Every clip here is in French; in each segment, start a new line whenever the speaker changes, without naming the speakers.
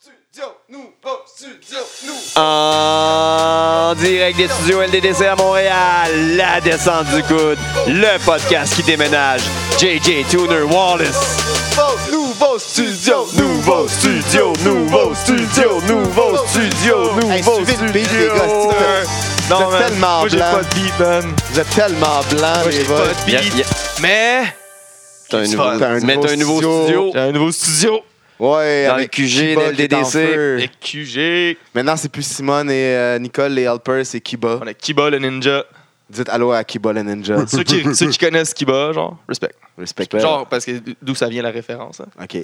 studio, nouveau studio, nouveau.
En direct des studios LDDC à Montréal, la descente du coude, le podcast qui déménage, JJ Tuner Wallace.
Nouveau, nouveau studio,
Nouveau studio, nouveau studio, nouveau studio,
Hey,
nouveau
suivez le
studio.
beat, les gars, c'est-
Non,
vous êtes
man,
tellement
moi, j'ai
blanc.
pas de beat, man.
Vous êtes tellement blanc, les boys.
Il y a- il y a-
Mais
T'as un
C'est
nouveau,
fun. T'as un
mais t'as un nouveau
nouveau
studio
studio.
j'ai un nouveau studio,
Ouais,
dans le
avec
QG,
Kiba
dans le
qui est en
DDC.
feu.
le QG.
Maintenant, c'est plus Simone et euh, Nicole, les helpers, c'est Kiba.
On a Kiba le ninja.
Dites allô à Kiba le ninja.
ceux, qui, ceux qui connaissent Kiba, genre, respect.
Respect.
Genre, parce que d'où ça vient la référence. Hein?
OK.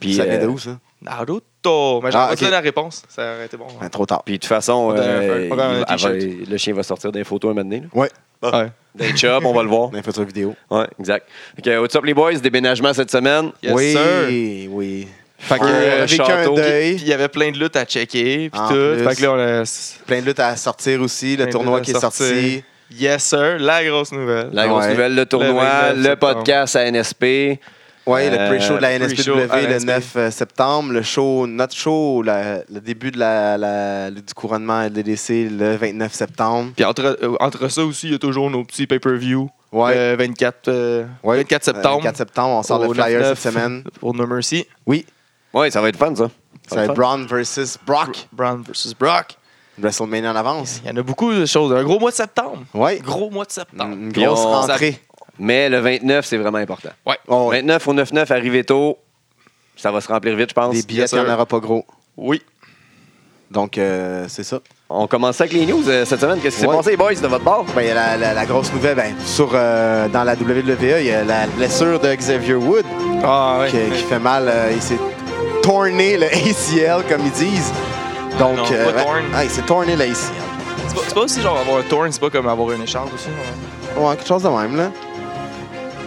Puis,
ça vient
euh,
de où, ça?
Naruto. Mais j'ai
Ah,
pas
ok.
donné la réponse. Ça aurait été bon. hein.
Ben, trop tard.
Puis de toute façon,
On donne un-
euh,
on donne un
il va-
t-shirt.
elle va- le chien va sortir des photos un moment donné. là.
Ouais.
Des chubs, on va le voir.
On a fait une vidéo.
Ouais, exact. Ok, what's up les boys? Déménagement cette semaine.
Yes,
oui,
sir.
oui.
Fait que,
On
euh,
a vécu un
château.
Puis
deuil.
il y avait plein de luttes à checker. Puis
En
tout.
plus.
Fait que là, on a.
Plein de luttes à sortir aussi. Le
Plein de
tournoi
luttes
qui est
à
sorti.
sortir. Yes, sir. La grosse nouvelle.
La grosse
Ouais.
nouvelle, le tournoi,
29
le,
septembre.
podcast à NSP.
Ouais, le
Euh,
pre-show de la
le pre-show
NSPW
à
le
NSP.
9 euh, septembre. Le show, notre show, la- le début de la, la- du couronnement LDDC le 29 septembre.
Puis entre, euh, entre ça aussi, il y a toujours nos petits pay-per-view.
Ouais.
Le 24, euh,
Ouais.
24 septembre.
4 septembre, on sort
au
le flyer
9-9
cette semaine.
Pour No Mercy.
Oui,
Ouais, ça va être fun ça.
ça va être
fun.
Braun versus Brock.
Brown versus Brock.
WrestleMania en avance.
Il y en a beaucoup de choses. Un gros mois de septembre.
Ouais.
Gros mois de septembre.
Une
Puis
grosse
on-
rentrée.
Mais le 29, c'est vraiment important.
Oh, ouais.
29 au 9-9, arrivé tôt. Ça va se remplir vite, je pense.
Des billets,
Yes,
il n'y en
sir.
aura pas gros.
Oui.
Donc, euh, c'est ça.
On commence avec les news euh, cette semaine. Qu'est-ce qui s'est
Ouais.
passé, les boys, de votre part?
Ben, il y a la, la- la grosse nouvelle, ben, sur, euh, dans la WWE, il y a la blessure de Xavier Wood
Ah ouais.
qui, qui fait mal. euh, il s'est tourné le ACL, comme ils disent. Donc,
Non, pas
ben,
torn.
ah, il s'est tourné le ACL.
C'est pas, c'est pas aussi genre avoir un torn, c'est pas comme avoir une écharpe aussi.
Ouais, quelque chose de même, là.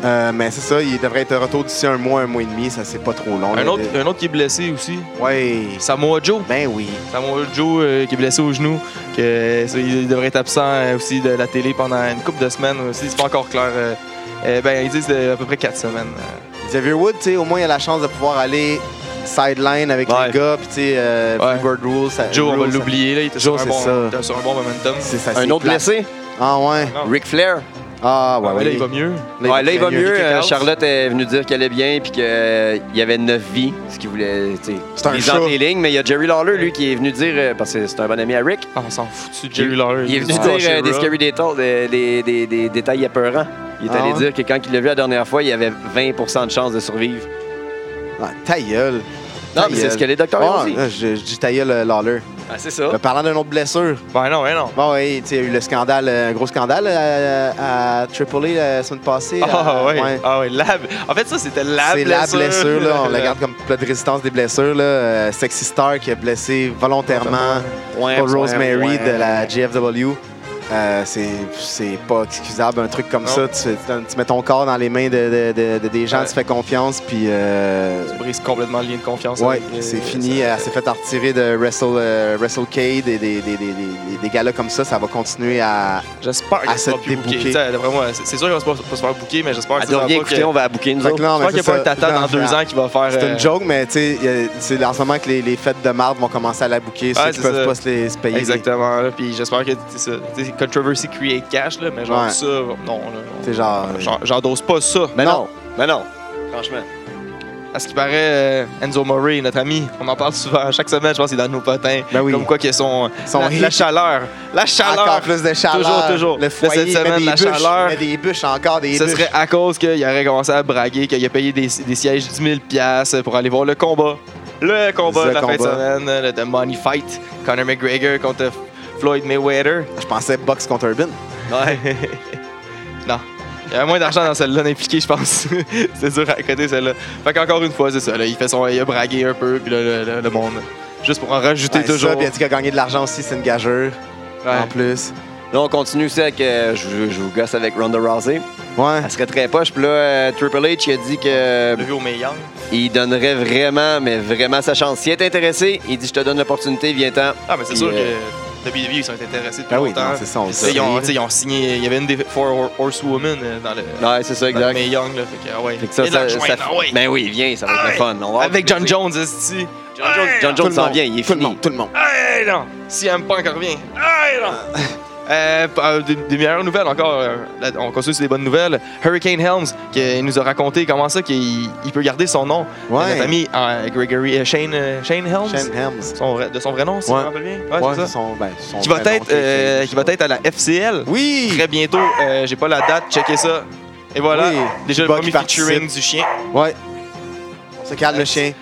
Euh, mais c'est ça, il devrait être de retour d'ici un mois, un mois et demi, ça c'est pas trop long.
Un
là,
autre, euh,
de-
un autre qui est blessé aussi.
Ouais.
Samoa Joe.
Ben oui.
Samoa Joe euh, qui est blessé au genou. Que, ça, il devrait être absent euh, aussi de la télé pendant une couple de semaines aussi. C'est pas encore clair. euh, euh, ben, ils disent euh, à peu près 4 semaines. euh.
Xavier Wood, tu sais, au moins, il a la chance de pouvoir aller sideline avec
Ouais.
les gars, puis tu sais, euh,
Ouais.
Freebird Rules. ça-
Joe, on va
rules, ça-
l'oublier. là, Il était
Joe,
sur, un
c'est
bon-
ça.
il était sur un bon momentum.
c'est- ça,
Un
c'est
autre
plate.
blessé,
Ah ouais.
Non.
Ric Flair.
Ah ouais,
Ah,
ouais.
mais là, il va mieux.
Ouais, là, il va
très
mieux.
Kick
Euh,
out.
Charlotte est venue dire qu'elle allait bien puis qu'il y avait 9 vies, ce qu'il voulait. tu sais,
C'est un
les
chat.
lignes, mais il y a Jerry Lawler, lui, qui est venu dire, euh, parce que c'est un bon ami à Rick,
Ah, on s'en fout de Jerry Lawler.
il est venu
Ah,
dire
chez
euh, des
Raw.
scary details, des, des- des- des détails apeurants. Il est
Ah
allé
ouais?
dire que quand il l'a vu la dernière fois, il y avait 20 de chances de survivre.
Ah, ta gueule.
Non,
Ta
mais c'est
gueule.
ce que les docteurs
Ah,
ont dit.
là, je, je dis ta gueule, euh, Lawler.
Ah, c'est ça.
Mais Parlant d'une autre blessure.
Ben non, ben non.
Bon, ouais, tu sais, il y a eu le scandale, euh, un gros scandale euh, à Triple A la semaine passée.
Ah
euh,
ouais.
ouais.
Ah ouais, la... En fait, ça, c'était la
C'est la
blessure.
blessure, là. On la garde comme plat de résistance des blessures, là. Euh, Sexy Star qui a blessé volontairement
Ouais,
Paul Rosemary
ouais.
de la GFW. Euh, c'est- c'est pas excusable, un truc comme
Non.
ça. Tu, tu- tu mets ton corps dans les mains de, de- de- de- des gens,
Ouais.
tu fais confiance, puis. euh,
Tu brises complètement le lien de confiance.
ouais,
avec, euh,
c'est fini.
ça.
Elle s'est fait retirer de Wrestle, euh, WrestleCade et des, des, des, des, des- des galas comme ça. Ça va continuer à.
J'espère
à
qu'elle
se
sera plus
débooker.
booker. Tu sais, D'après moi, c'est c'est sûr qu'elle va pas, pas se faire booker, mais j'espère que
Elle
ça
doit
va
bien
pas que-
écouter, on va booker nous
Fait que
autres.
là, on
J'espère
met
qu'il n'y a
ça-
pas un tata
non,
dans deux
non.
ans qui va faire.
C'est
euh,
une joke, mais tu sais, il y a- c'est en ce moment que les, les fêtes de marde vont commencer à la bouquer.
Ouais,
ceux qui
c'est
peuvent
ça.
pas se, les, se payer. des-
Exactement. Là, puis j'espère que c'est ça. Tu sais, Controversy create cash, là, mais genre
Ouais.
ça, non. là,
C'est genre. euh,
non. J'en- J'endosse pas ça.
Mais
Non.
non, mais non. Franchement.
À ce qui paraît, euh, Enzo Murray, notre ami, on en parle souvent. Chaque semaine, je pense qu'il est dans nos potins.
Ben oui.
Comme quoi, qu'ils sont.
Son
la,
hit.
la chaleur. La
Encore
chaleur.
plus de chaleur.
Toujours, toujours.
Le
Mais
foyer,
cette
il met
semaine,
des
la
bûches,
chaleur.
il met des bûches, encore des
Ce
bûches.
serait à cause qu'il aurait commencé à braguer qu'il a payé des, des sièges 10 000 piastres pour aller voir le combat. Le combat
Le
de la fin de
combat.
semaine, le The Money Fight. Conor McGregor contre F- Floyd Mayweather.
Je pensais box contre Urban.
Ouais.
non. Il y avait moins d'argent dans celle-là d'impliquer, je pense. c'est dur à côté, celle-là. Fait qu'encore une fois, c'est ça. là, il, fait son, il a bragué un peu, puis là, le, le- le monde. Juste pour en rajouter
Ouais,
toujours.
ça, puis il a dit qu'il a gagné de l'argent aussi, c'est une gageure.
Ouais.
En plus.
Là, on continue aussi avec. euh, je, je vous gosse avec Ronda Rousey.
Ouais.
Elle serait très poche. Puis là, euh, Triple H, il a dit que.
Le vu au Mae Young.
Il donnerait vraiment, mais vraiment sa chance. S'il est intéressé, il dit Je te donne l'opportunité, viens-t'en.
Ah, mais c'est
Puis,
sûr
euh,
que WWE, ils sont intéressés depuis
Ben oui,
longtemps.
non, c'est ça, on le
Tu sais,
sait.
hein. ils, ont, tu sais, ils ont signé. Il y avait une des Four Horsewomen euh, dans le.
Ouais, c'est ça,
dans le
exact.
Mae Young, là. Fait que, ah ouais.
Fait que ça,
Viens
ça-
la rejoindre,
ça-
ah ouais.
Ben oui, viens, ça va être le fun. On va avoir
Avec
du plaisir.
John Jones, esti.
John Jones, John
Tout
Jones
le
s'en
monde,
vient, il est
Tout le
fini.
monde, tout le monde.
Hey non! Si Punk revient. Hey non! Euh, p- euh, des, des meilleures nouvelles encore. euh, là, on continue sur des bonnes nouvelles. Hurricane Helms, qui il nous a raconté comment ça qu'il il peut garder son nom.
Ouais.
Notre ami euh, Gregory euh, Shane, euh, Shane Helms,
Shane Helms.
son vrai- de son vrai nom, si
Ouais.
je me rappelle bien. Ouais,
Ouais,
c'est ça.
son- ben, son
Qui va,
vrai nom,
être, euh,
c'est-
qui va être à la FCL
Oui!
très bientôt. Euh, J'ai pas la date, checkez ça. Et voilà,
Oui.
déjà le
Bug
premier
participe.
featuring du chien.
Ouais. On se calme, le chien.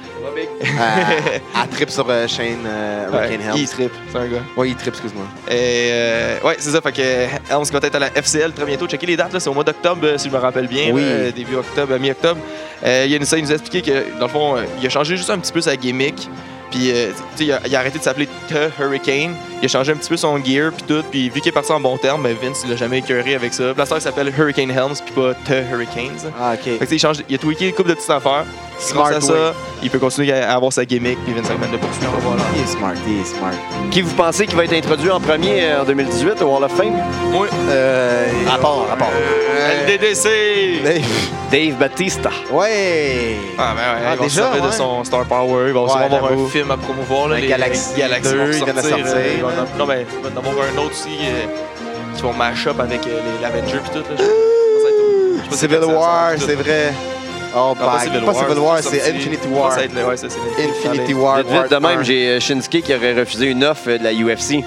Elle elle tripe sur euh, Shane euh, Hurricane
Ouais,
Helms.
il trip, c'est un gars.
Ouais, il tripe, excuse-moi.
Et euh, ouais, c'est ça. Fait que Helms qui va être à la FCL très bientôt. Checker les dates, là, c'est au mois d'octobre, euh, si je me rappelle bien.
Oui.
euh, début octobre, à mi-octobre. Euh, il, y a une- ça, il nous a expliqué que, dans le fond, euh, il a changé juste un petit peu sa gimmick. Puis, euh, tu sais, il, a- il a arrêté de s'appeler The Hurricane. Il a changé un petit peu son gear, puis tout. Puis, vu qu'il est parti en bon terme, ben, Vince, il l'a jamais écœuré avec ça. Plaster, il s'appelle Hurricane Helms, puis pas The Hurricanes.
Ah, OK.
Fait que, tu sais, il, change, il a tweaké une couple de petites affaires. Grâce à
Smart way.
ça, il peut continuer à avoir sa gimmick, puis Vince McMahon le poursuit. Voilà.
Il est smart, il est smart.
Qui vous pensez qui va être introduit en premier euh, en 2018 au Hall of Fame?
Moi,
Euh,
À part, à part.
Euh, LDDC!
Dave.
Dave Batista.
Euh, Ouais!
Ah ben ouais,
Ah,
il va se
déjà,
servir de
ouais.
son Star Power, il va aussi
Ouais,
avoir
j'avoue.
un film à promouvoir. Là,
Un
les
Galaxy
les Galaxy
2,
vont
il vient de
sortir,
sortir,
euh, ils vont
là.
en- non ben, il va en avoir un autre aussi euh, qui vont mash up avec euh, les l'Avenger pis tout. Là, je- je pense que ça va être- je sais pas si
Civil
ça sort,
War,
pis tout. Ah,
c'est vrai. Oh,
Non,
bah, pas Civil War, c'est
sorti.
Infinity
Je pense que
War.
ça va être le- ouais, ça, c'est
Infinity War.
Vite, vite, de
War
même,
un.
j'ai euh, Shinsuke qui aurait refusé une offre euh, de la UFC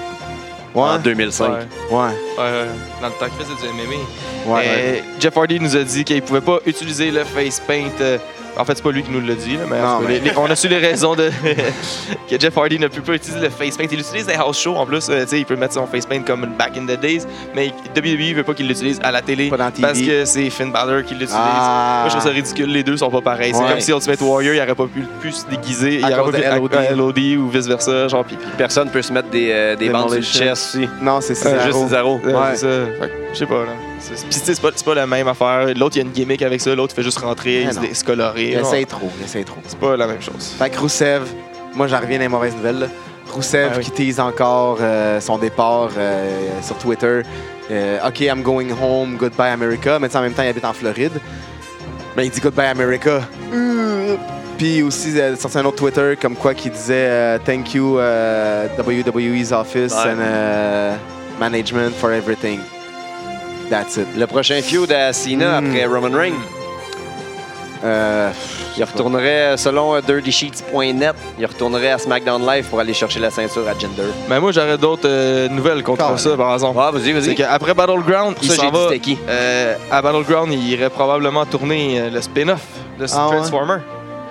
en
Ouais,
2005.
Ouais,
ouais,
ouais, ouais. Dans le temps qu'il faisait du MMA.
ouais.
Euh, Jeff Hardy nous a dit qu'il pouvait pas utiliser le face paint. euh, en fait, c'est pas lui qui nous l'a dit, là, mais, en
Non,
tout cas,
mais-
les- les- on a su les raisons de que Jeff Hardy ne peut pas utiliser le face paint. Il utilise les house shows en plus. euh, tu sais, il peut mettre son face paint comme back in the days, mais WWE veut pas qu'il l'utilise à la télé
Pas dans
parce
TV.
que c'est Finn Balor qui l'utilise.
Ah.
Moi, je trouve ça ridicule. Les deux sont pas pareils.
Ouais.
C'est comme si Ultimate Warrior, il aurait pas pu, pu se déguiser. Il
À
aurait
cause
pas
de
pu- à-
LOD.
à LOD ou vice versa. Genre, puis-
Personne peut se mettre des, euh, des bandes sur le
Demolition.
chest aussi.
Non, c'est Oh.
Euh,
c'est
Juste des arrows.
Ouais,
Ouais.
c'est ça. Fait que, je sais pas, là. C'est- Puis, tu sais, c'est pas, c'est pas la même affaire. L'autre, il y a une gimmick avec ça. L'autre, il fait juste rentrer,
Mais
il se,
non.
dé- se colorer.
Il
Non,
essaye trop, il essaye trop.
C'est pas la même chose.
Fait que Rousseff, moi j'en reviens à les mauvaises nouvelles. là. Rousseff
Ah oui.
qui tease encore euh, son départ euh, sur Twitter. Euh, OK, I'm going home, goodbye America. Mais tu sais, en même temps, il habite en Floride. Mais il dit goodbye America. Euh, Puis aussi, euh, sorti un autre Twitter comme quoi qui disait euh, thank you euh, WWE's office
Ouais.
and euh, management for everything. That's it.
Le prochain feud à Cena
Mm.
après Roman Reigns.
Euh,
Il retournerait, selon euh, DirtySheets.net, il retournerait à SmackDown Live pour aller chercher la ceinture à Gender.
Mais Ben, moi, j'aurais d'autres euh, nouvelles contre
Calme.
ça, par exemple.
Ah, vas-y,
C'est
vas-y.
qu'après Battleground,
Pour
il
ça, j'ai
s'en
dit
va.
c'était qui.
euh, à Battleground, il irait probablement tourner euh, le spin-off de
Ah ouais?
Transformer.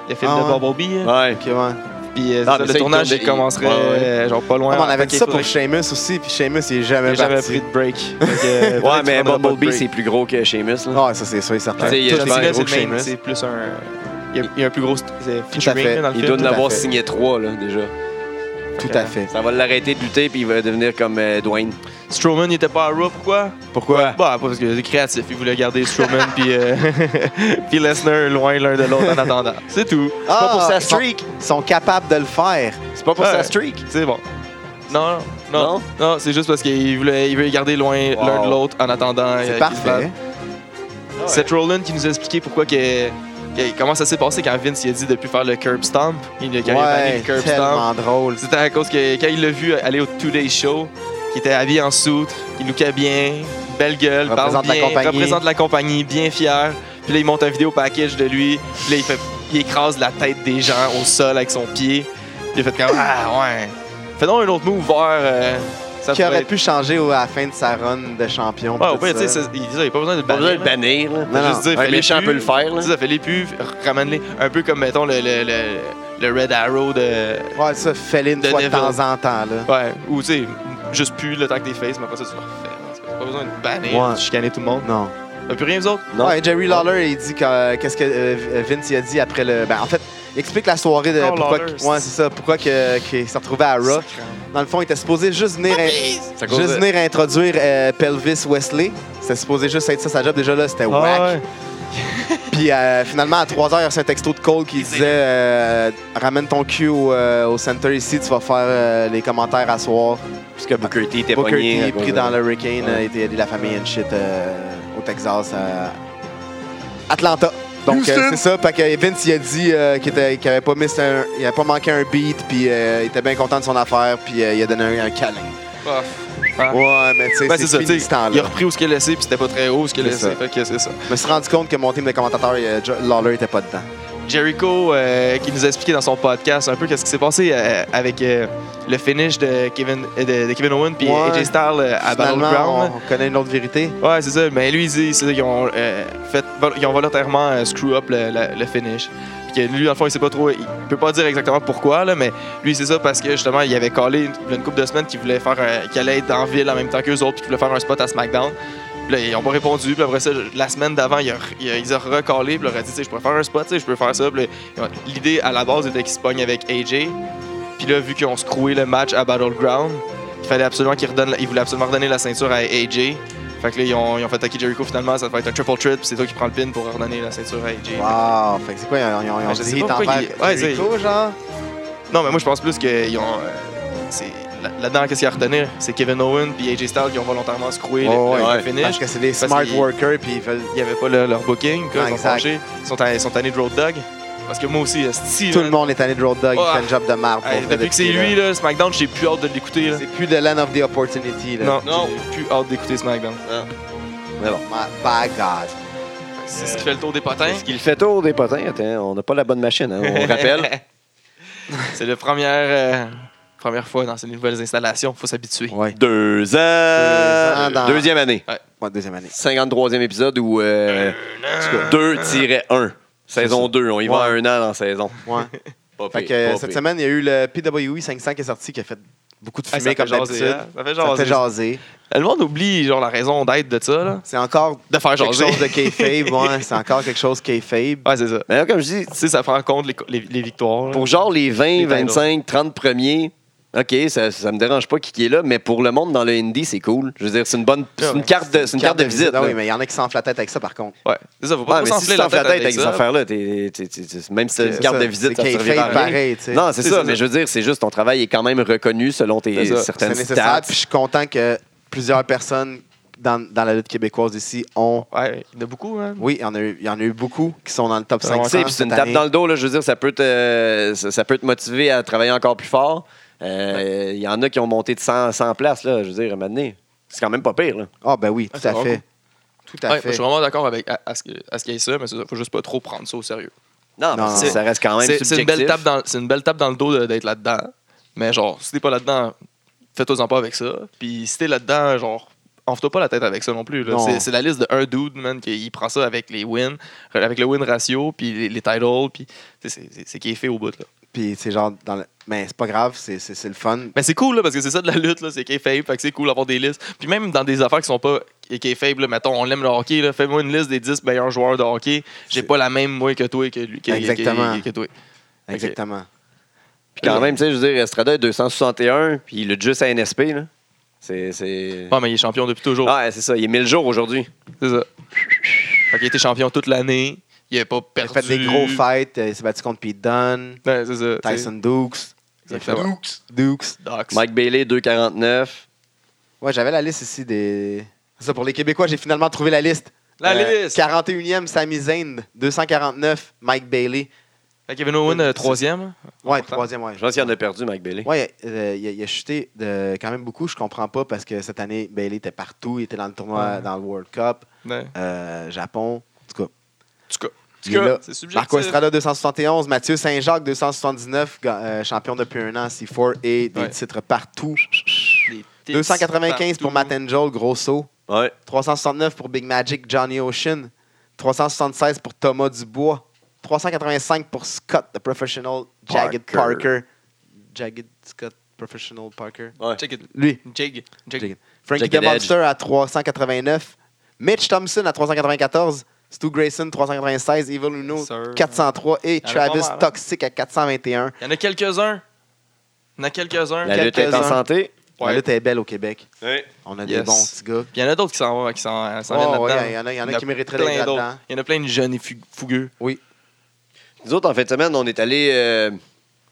Le film
Ah
de
ouais?
Bumblebee. hein.
Ouais.
OK, ouais.
Puis, euh,
Ah,
c'est ça,
mais ça,
le
il
tournage,
tourne-
il commencerait
Ouais, ouais.
euh, genre pas loin.
Ah, mais on avait
Fait
dit
qu'il
ça pour
faudrait-
Sheamus aussi, puis Sheamus, il est jamais
J'ai jamais
parti.
pris de break. Fait que, euh, peut-être
Ouais,
qu'il
mais
prendra pas de
Bumblebee,
break.
c'est plus gros que Sheamus. là.
Ah, ça c'est sûr et certain.
Tu sais, il y a
John
J'espère,
Cena,
gros
c'est le main,
Sheamus.
c'est plus un. Il y, a, il y a un plus gros st- c'est
à fait.
featuring là, dans le
Il
film.
doit en
Ah, tout à
avoir
fait.
signé trois, là, déjà.
Tout à fait.
Ça va l'arrêter de lutter, puis il va devenir comme euh, Dwayne.
Strowman il était pas à Raw, pourquoi
Pourquoi?
Bah parce que c'est créatif, il voulait garder Strowman puis euh, puis Lesnar loin l'un de l'autre en attendant. C'est tout.
Ah,
pas pour sa
ils sont-
streak.
Ils sont capables de le faire.
C'est pas pour
Ouais.
sa streak.
C'est bon. Non, non, non,
Non?
non, c'est juste parce qu'il voulait, il voulait garder loin
Wow.
l'un de l'autre en attendant. euh,
C'est
qu'ils se battent.
parfait.
Seth Rollins qui nous a expliqué pourquoi que, que- comment ça s'est passé quand Vince il a dit de plus faire le curb stomp. Il a quand même banni le curb stomp.
tellement drôle.
C'était à cause que quand il l'a vu aller au Today Show, qui était habillé en soute, il lookait bien, belle gueule,
Représente la
parle bien,
compagnie.
représente la compagnie, bien fier. Puis là, il monte un vidéo package de lui. Puis là, il, fait, il écrase la tête des gens au sol avec son pied. Il a fait comme Ah ouais. Fais donc un autre move vers. euh, ça
Qui
pourrait
aurait
être-
pu changer au- à la fin de sa run de champion.
Ouais,
pis
au pire,
tout
tu sais,
ça.
c'est- il il a pas besoin de le
Pas besoin
bannir,
de
là.
bannir. là.
Non, non.
Juste dire,
Un
fais-les
méchant
plus.
peut le faire. là.
Tu sais, ça fait les pubs, ramène-les. Un peu comme, mettons, le, le, le, le Red Arrow de,
Ouais, ça, fais-le une
De
fois de
Neville.
temps en temps. Là.
Ouais, ou tu sais, juste plus le temps que t'es face, mais après ça, tu le refais. En tout cas, Pas besoin de bannir,
Ouais.
de chicaner tout le monde.
Non.
T'as plus rien, vous autres?
Non.
Ouais, Jerry Lawler, il dit que, euh, qu'est-ce que euh, Vince il a dit après le. Ben, en fait, il explique la soirée de
Encore
pourquoi.
Lawler,
ouais, c'est ça. Pourquoi que- qu'il s'est retrouvé à Raw. Dans le fond, il était supposé juste venir. in-
C'est à cause
Juste
de-
venir introduire euh, Pelvis Wesley. C'était supposé juste être ça, sa job. Déjà là, c'était
Ah
whack.
ouais.
Puis euh, finalement, à 3 h il y a reçu un texto de Cole qui disait euh, Ramène ton cul au, euh, au center ici, tu vas faire euh, les commentaires à soir.
Puisque Booker T était
Booker
pogné.
T
à
est
euh,
cause
pris
de-
dans l'Hurricane,
Ouais.
euh, a été aider la famille and shit euh, au Texas, à Atlanta. Donc, euh,
Houston!
c'est ça. Fait que Vince, il a dit euh, qu'il était- qu'il avait pas mis un- il avait pas manqué un beat, puis euh, il était bien content de son affaire, puis euh, il a donné un, un câlin.
Ah.
Ouais, mais tu sais,
Ben,
c'est
c'est ça,
fini
tu
ce
sais.
temps-là.
Il a repris où ce qu'il a laissé, puis c'était pas très haut ce qu'il a
C'est
laissé.
ça.
Fait que c'est ça.
Je me suis rendu compte que mon team de commentateurs, euh, Jo- Lawler, était pas dedans.
Jericho, euh, qui nous a expliqué dans son podcast un peu qu'est-ce qui s'est passé euh, avec euh, le finish de Kevin, euh, de, de Kevin Owen puis
Ouais.
AJ Styles euh, à
Finalement,
Battleground.
on, on connaît une autre vérité.
Ouais, c'est ça. Mais lui, il dit c'est ça, qu'ils ont, euh, fait, vol- ils ont volontairement euh, screw up le, la- le finish. Puis que lui, dans le fond, il sait pas trop. Il peut pas dire exactement pourquoi, là, mais lui, c'est ça parce que justement, il avait collé une, une couple de semaines qu'il voulait faire un- qu'il allait être en ville en même temps qu'eux autres, puis qu'il voulait faire un spot à SmackDown. Puis là, ils ont pas répondu. Puis après ça, la semaine d'avant, il a, il a- ils ont recalé, puis il leur a dit, tu sais, je pourrais faire un spot, tu sais, je peux faire ça. Puis là, ils ont- l'idée à la base était qu'ils se pognent avec AJ. Puis là, vu qu'ils ont screwé le match à Battleground, il fallait absolument qu'ils redonnent, ils voulaient absolument redonner la ceinture à AJ. Fait que là, ils ont, ils ont fait attaquer Jericho finalement, ça va être un triple threat, puis c'est toi qui prends le pin pour redonner la ceinture à AJ.
Wow, fait que c'est quoi, ils ont, ils ont- ils ont
Ben, je
dit
sais
hit
pas pourquoi
envers
il- ouais, c'est-
Jericho, genre?
Non, mais moi je pense plus qu'ils ont. euh, c'est- là- Là-dedans, qu'est-ce qu'il y a à retenir C'est Kevin Owen puis AJ Styles qui ont volontairement screwé
Ouais,
le, le
ouais.
finish.
Parce que c'est des
Parce
smart
qu'il-
workers, puis ils veulent...
Il n'y avait pas le- leur booking, quoi,
Ouais,
ils ont
exact.
changé. Ils sont, à- ils sont tannés de Road Dog. Parce que moi aussi, esti,
Tout
là,
le monde est tanné de Road Dog,
Ah.
il fait un job de marbre.
hey,
pour vrai,
depuis que c'est lui,
là.
là, SmackDown, j'ai plus hâte de l'écouter. là.
C'est plus the land of the opportunity, là.
Non,
Non.
j'ai plus hâte d'écouter SmackDown.
Mais bon.
My, by God.
C'est ce qui fait le tour des potins.
Est-ce qu'il fait tour des potins? Attends, on n'a pas la bonne machine, hein, on rappelle.
c'est la première, euh, première fois dans ces nouvelles installations, faut s'habituer.
Ouais.
Deux ans.
ans dans-
Deuxième année.
Ouais, deuxième année.
53e épisode ou euh, en tout cas, 2-1. Saison 2. On y va
Ouais.
à un an dans saison.
Ouais.
Pas
Fait
pire,
que euh,
pas
cette
pire.
semaine, il y a eu le PWI 500 qui est sorti, qui a fait beaucoup de
Ah,
fumée,
ça
comme
fait jaser,
d'habitude.
hein? Ça fait
Ça
jaser.
fait jaser.
Le monde oublie genre la raison d'être de ça, là.
C'est encore
De faire
quelque
jaser. Ah,
chose de kayfabe, ouais. C'est encore quelque chose kayfabe.
Ouais, c'est ça.
Mais là, comme je dis,
Tu sais, ça prend en compte les, co- les- les victoires. là.
pour genre les 20,
Les
25, 30 premiers, OK, ça, ça me dérange pas qui qui est là, mais pour le monde dans le indie, c'est cool. Je veux dire, c'est une bonne c'est une carte de, c'est une carte de visite.
Ah
là.
oui, mais il y en a qui s'enflent la tête avec ça, par contre.
Ouais, c'est ça. Faut
Ouais,
pas
mais
trop
si tu
s'enfler
t'en
la
fais
tête
la tête avec ces
ça.
affaires-là, t'es- t'es- t'es- t'es- même si t'as une
C'est
carte
ça,
de visite,
c'est
ça ne servira à
kayfabe
rien.
pareil, tu sais.
Non, c'est
C'est
ça,
ça,
mais
c'est-
je veux dire, c'est juste ton travail est quand même reconnu selon tes
C'est ça.
C'est
certaines
nécessaire.
stats.
Puis je suis content que plusieurs personnes dans, dans la lutte québécoise ici ont.
Ouais, il y en a beaucoup, hein.
Oui, il y, en a eu, il y en a eu beaucoup qui sont dans le top
Ouais,
500.
Tu sais, puis c'est une tape dans le dos, là, je veux dire, ça peut te, ça, ça peut te motiver à travailler encore plus fort. Euh, Il y en a qui ont monté de 100, 100 places, là, je veux dire, à un moment donné. C'est quand même pas pire. Là.
Ah, ben oui,
Ah,
tout
c'est
à
vraiment
fait. Tout à
Ouais, moi, je
fait.
suis vraiment d'accord avec à, à ce que- à ce qu'il y ait ça, mais c'est ça, faut juste pas trop prendre ça au sérieux.
Non, parce que
non.
ça reste quand même
C'est
subjectif.
c'est une belle tape dans, c'est une belle tape dans le dos de- d'être là-dedans. Mais genre, si t'es pas là-dedans, fais-toi-en pas avec ça. Puis si t'es là-dedans, genre, enfle-toi pas la tête avec ça non plus. là.
Non.
C'est c'est la liste de un dude, man, qui il prend ça avec les wins, avec le win ratio, puis les, les titles, puis tu sais, c'est- c'est- c'est qui est fait au bout, là.
Puis c'est genre. Dans le- Mais c'est pas grave, c'est- c'est c'est le fun.
Mais Ben, c'est cool, là, parce que c'est ça de la lutte, là, c'est kayfabe, fait que c'est cool d'avoir des listes. Puis même dans des affaires qui sont pas kayfabe, là, mettons, on aime le hockey, là, fais-moi une liste des 10 meilleurs joueurs de hockey. J'ai
C'est-
pas la même, moi, que toi, que lui, que, que-
Exactement.
que, que toi.
Exactement.
Puis quand même, tu sais, je veux dire, Estrada est 261, puis il lutte juste à NSP. là. C'est. c'est-
Ah, mais il est champion depuis toujours,
Ah, c'est ça, il est 1000 jours aujourd'hui.
c'est ça. Fait qu'il a été champion toute l'année, il a pas
Il a
perdu.
fait des gros fights. euh, Il s'est battu contre Pete Dunne,
Ouais, c'est ça. tu sais.
Tyson Dukes.
Exactement.
Dukes. Dukes.
Dox.
Mike Bailey, 249.
Ouais, j'avais la liste ici des. C'est ça, pour les Québécois, j'ai finalement trouvé la liste.
La
Euh,
liste!
41e, Sami Zayn. 249, Mike Bailey.
Fait que Kevin Owen, euh, troisième.
Ouais,
Important.
troisième, ouais.
Je pense qu'il en a perdu, Mike Bailey.
Ouais, euh, il, a, il a chuté de, quand même beaucoup. Je comprends pas parce que cette année, Bailey était partout. Il était dans le tournoi,
Ouais.
dans le World Cup,
Ouais.
euh, Japon. En tout cas,
En tout cas,
il est là.
c'est subjectif.
Marco Estrada, 271. Mathieu Saint-Jacques, 279. ga- euh, champion depuis un an, C4 et des
Ouais.
titres partout.
Des tips
295 pour Matt
partout.
Angel, grosso.
Ouais.
369 pour Big Magic, Johnny Ocean. 376 pour Thomas Dubois. 385 pour Scott, The Professional, Jagged
Parker.
Parker. Jagged Scott, Professional Parker.
ouais.
Check it.
Lui.
Jake. Jake.
Jagged. Frankie
Jagged
the Monster à 389. Mitch Thompson à 394. Stu Grayson 396. Evil Uno
Sir.
403.
Il y
Et
en a pas
Travis
mal, hein?
Toxic à 421.
Il y en a quelques-uns. Il y en a quelques-uns.
La lutte est en
Quelques-uns.
santé.
La
Ouais.
lutte est belle au Québec.
Ouais.
On a des
Yes.
bons petits gars.
Puis Il y en a d'autres qui s'en vont- qui s'en- euh, s'en
Ouais,
viennent
Oh, ouais,
là-dedans.
il y en a- il y en a qui mériteraient
plein
d'être
d'autres.
là-dedans.
Il y en a plein de jeunes et fu- fougueux.
Nous autres, en fin de semaine, on est allé euh,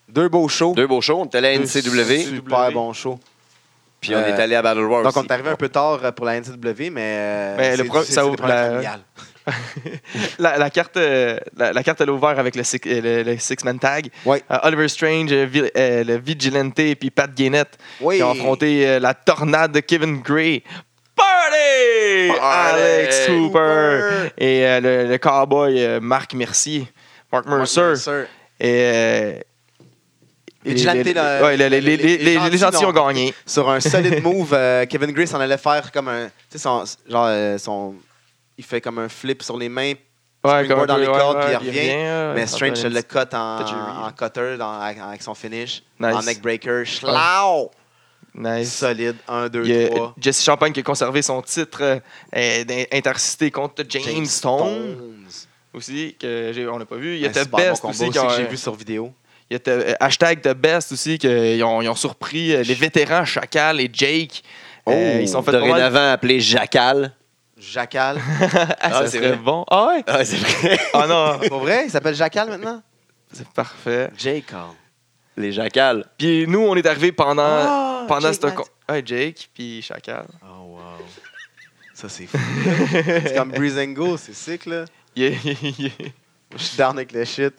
Deux beaux shows.
deux beaux shows. On est allé à NCW,
Super bon show.
puis on
Euh,
est allé à Battle War
Donc, on
aussi.
est arrivé un peu tard euh, pour la NCW, mais, euh,
Mais le
c'est-
pro-
c'est-
ça
c'est
ouvre
des problèmes
la-
familiales.
la, la carte, euh, la, la carte elle est ouverte avec le, six- euh, le- le six-man tag.
Ouais.
Euh, Oliver Strange, euh, Vi- euh, le Vigilante et puis Pat Gainette
Oui.
qui ont affronté euh, la tornade de Kevin Gray. Party!
Party!
Alex
Cooper.
Cooper et euh, le, le cowboy euh, Marc Mercier. Marc Mercer. Et, euh, et
Vigilante,
les-
là,
ouais, les- les-
les- les-
les- les- les gentils ont gagné.
Sur un solide move, euh, Kevin Gray s'en allait faire comme un. Tu sais, son, genre, euh, son. Il fait comme un flip sur les mains,
Ouais,
Springboard dans
un peu,
les
ouais,
cordes,
ouais,
puis il revient.
euh,
mais
ça
Strange
fait
se
une
le cut en,
Tajiri.
en cutter dans- avec son finish,
Nice.
en neckbreaker. Schlau!
petite- Nice.
Solide, 1, 2,
Il y a
3.
Jesse Champagne qui a conservé son titre euh, euh, d'in- intercité contre James, Stone, aussi, que j'ai- on n'a pas vu.
Ben,
Il y a The Best aussi, qui
que
ont-
j'ai vu sur vidéo.
il y a The- euh, hashtag The Best aussi, qu'ils ont, ils ont surpris euh, les vétérans Chacal et Jake.
Oh,
Euh, ils sont fait pas mal-
Oh. dorénavant appelés Jacal.
Jacal.
Ah, ça
c'est
serait
vrai.
bon. Ah ouais?
Ah, c'est vrai.
Ah non,
Pour vrai, il s'appelle Jacal maintenant?
c'est parfait.
Jacal.
Les Jacals.
Puis nous, on est arrivés pendant,
Ah,
Euh, pendant
Jake
ce...
Matt.
con- Ouais, Jake, puis Chacal.
Oh, wow. Ça, c'est fou. c'est comme Breezango, c'est sick, là.
Yeah, yeah, yeah.
Je suis down avec le shit.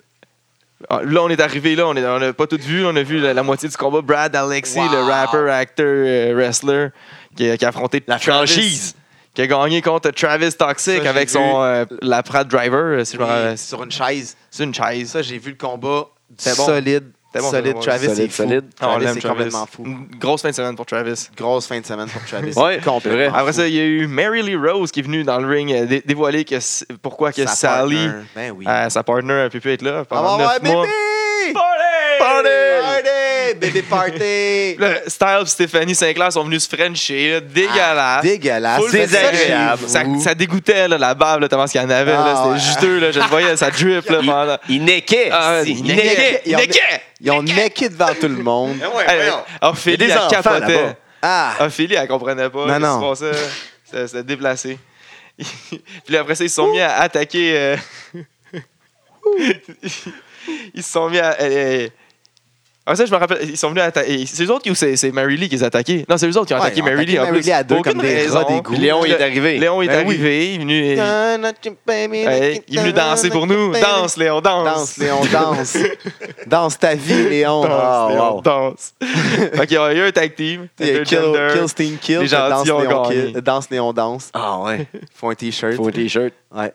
Ah, Là, on est arrivé, là, on n'a on a pas tout vu. là, On a vu la, la moitié du combat. Brad Alexi,
Wow.
le rapper, acteur, euh, wrestler, qui, a- qui a affronté
La
Travis,
franchise.
Qui a gagné contre Travis Toxic
Ça, j'ai
avec
vu.
son euh, la Pratt Driver. euh, Si je me rappelle.
Oui, Sur une chaise.
C'est une chaise.
Ça, j'ai vu le combat. Du
C'était bon.
solide.
C'était bon, c'était
solide.
bon.
Travis,
Solide,
c'est fou.
solide.
Ah, on
Travis,
l'aime,
c'est
Travis.
complètement fou.
Une grosse fin de semaine pour Travis.
Grosse fin de semaine pour Travis.
Ouais, c'est vrai.
complètement
Après
Ah, fou.
ça, il y a eu Mary Lee Rose qui est venue dans le ring euh, dé- dévoiler que s- pourquoi que
Sa
Sally,
partner. Ben oui. Ah,
euh, sa partner, a pu plus être là
On
pendant
va
neuf
voir
mois.
bébé!
Party!
Party! Bébé party!
Le Styles et Stéphanie Sinclair sont venus se frencher. là,
Ah,
Dégueulasse.
Dégueulasse.
Full
C'est ça,
désagréable.
j'ai
Ça,
vu.
ça dégoûtait là, la bave, là, tellement ce qu'il y en avait. là,
Ah, Eh,
C'était
ouais.
juteux, là, je le voyais, ça drip. Là, pendant...
Il nequait.
Ah,
si,
il
il
nequait.
nequait.
Ils ont-
Nequet!
Ils ont necké devant tout le monde.
Hey, Ophélie,
Il y a des
elle
enfants là-bas.
capotait.
Ah!
Ophélie, elle comprenait pas.
Non, non.
qu'est-ce qui se passait. C'était- C'était déplacé. Puis après ça, ils se sont mis à attaquer. euh, ils se sont mis à. euh, euh, Ah, ça, je me rappelle, ils sont venus attaquer. C'est eux autres qui ou c'est c'est Mary Lee qui les a attaqués? Non, c'est eux autres qui ont
Ouais,
attaqué
ils ont
Mary Lee.
attaqué
en
Mary
plus.
Lee à deux
Aucune
comme des
raison.
rats, des
Puis Léon il est arrivé.
Léon est
Ben oui.
arrivé, il est venu. Hey, il est venu danser pour nous. Danse, Léon, danse.
Danse, Léon, danse. danse ta vie, Léon.
Danse,
Oh,
Léon,
wow.
danse. fait qu'il y a eu un tag team.
Kill,
intergender.
kill, Sting, kill.
Les
puis
gentils
Danse,
ont
Léon,
gagné.
kill. Danse, Léon, danse.
Ah ouais.
Font un t-shirt.
Faut un t-shirt.
Ouais.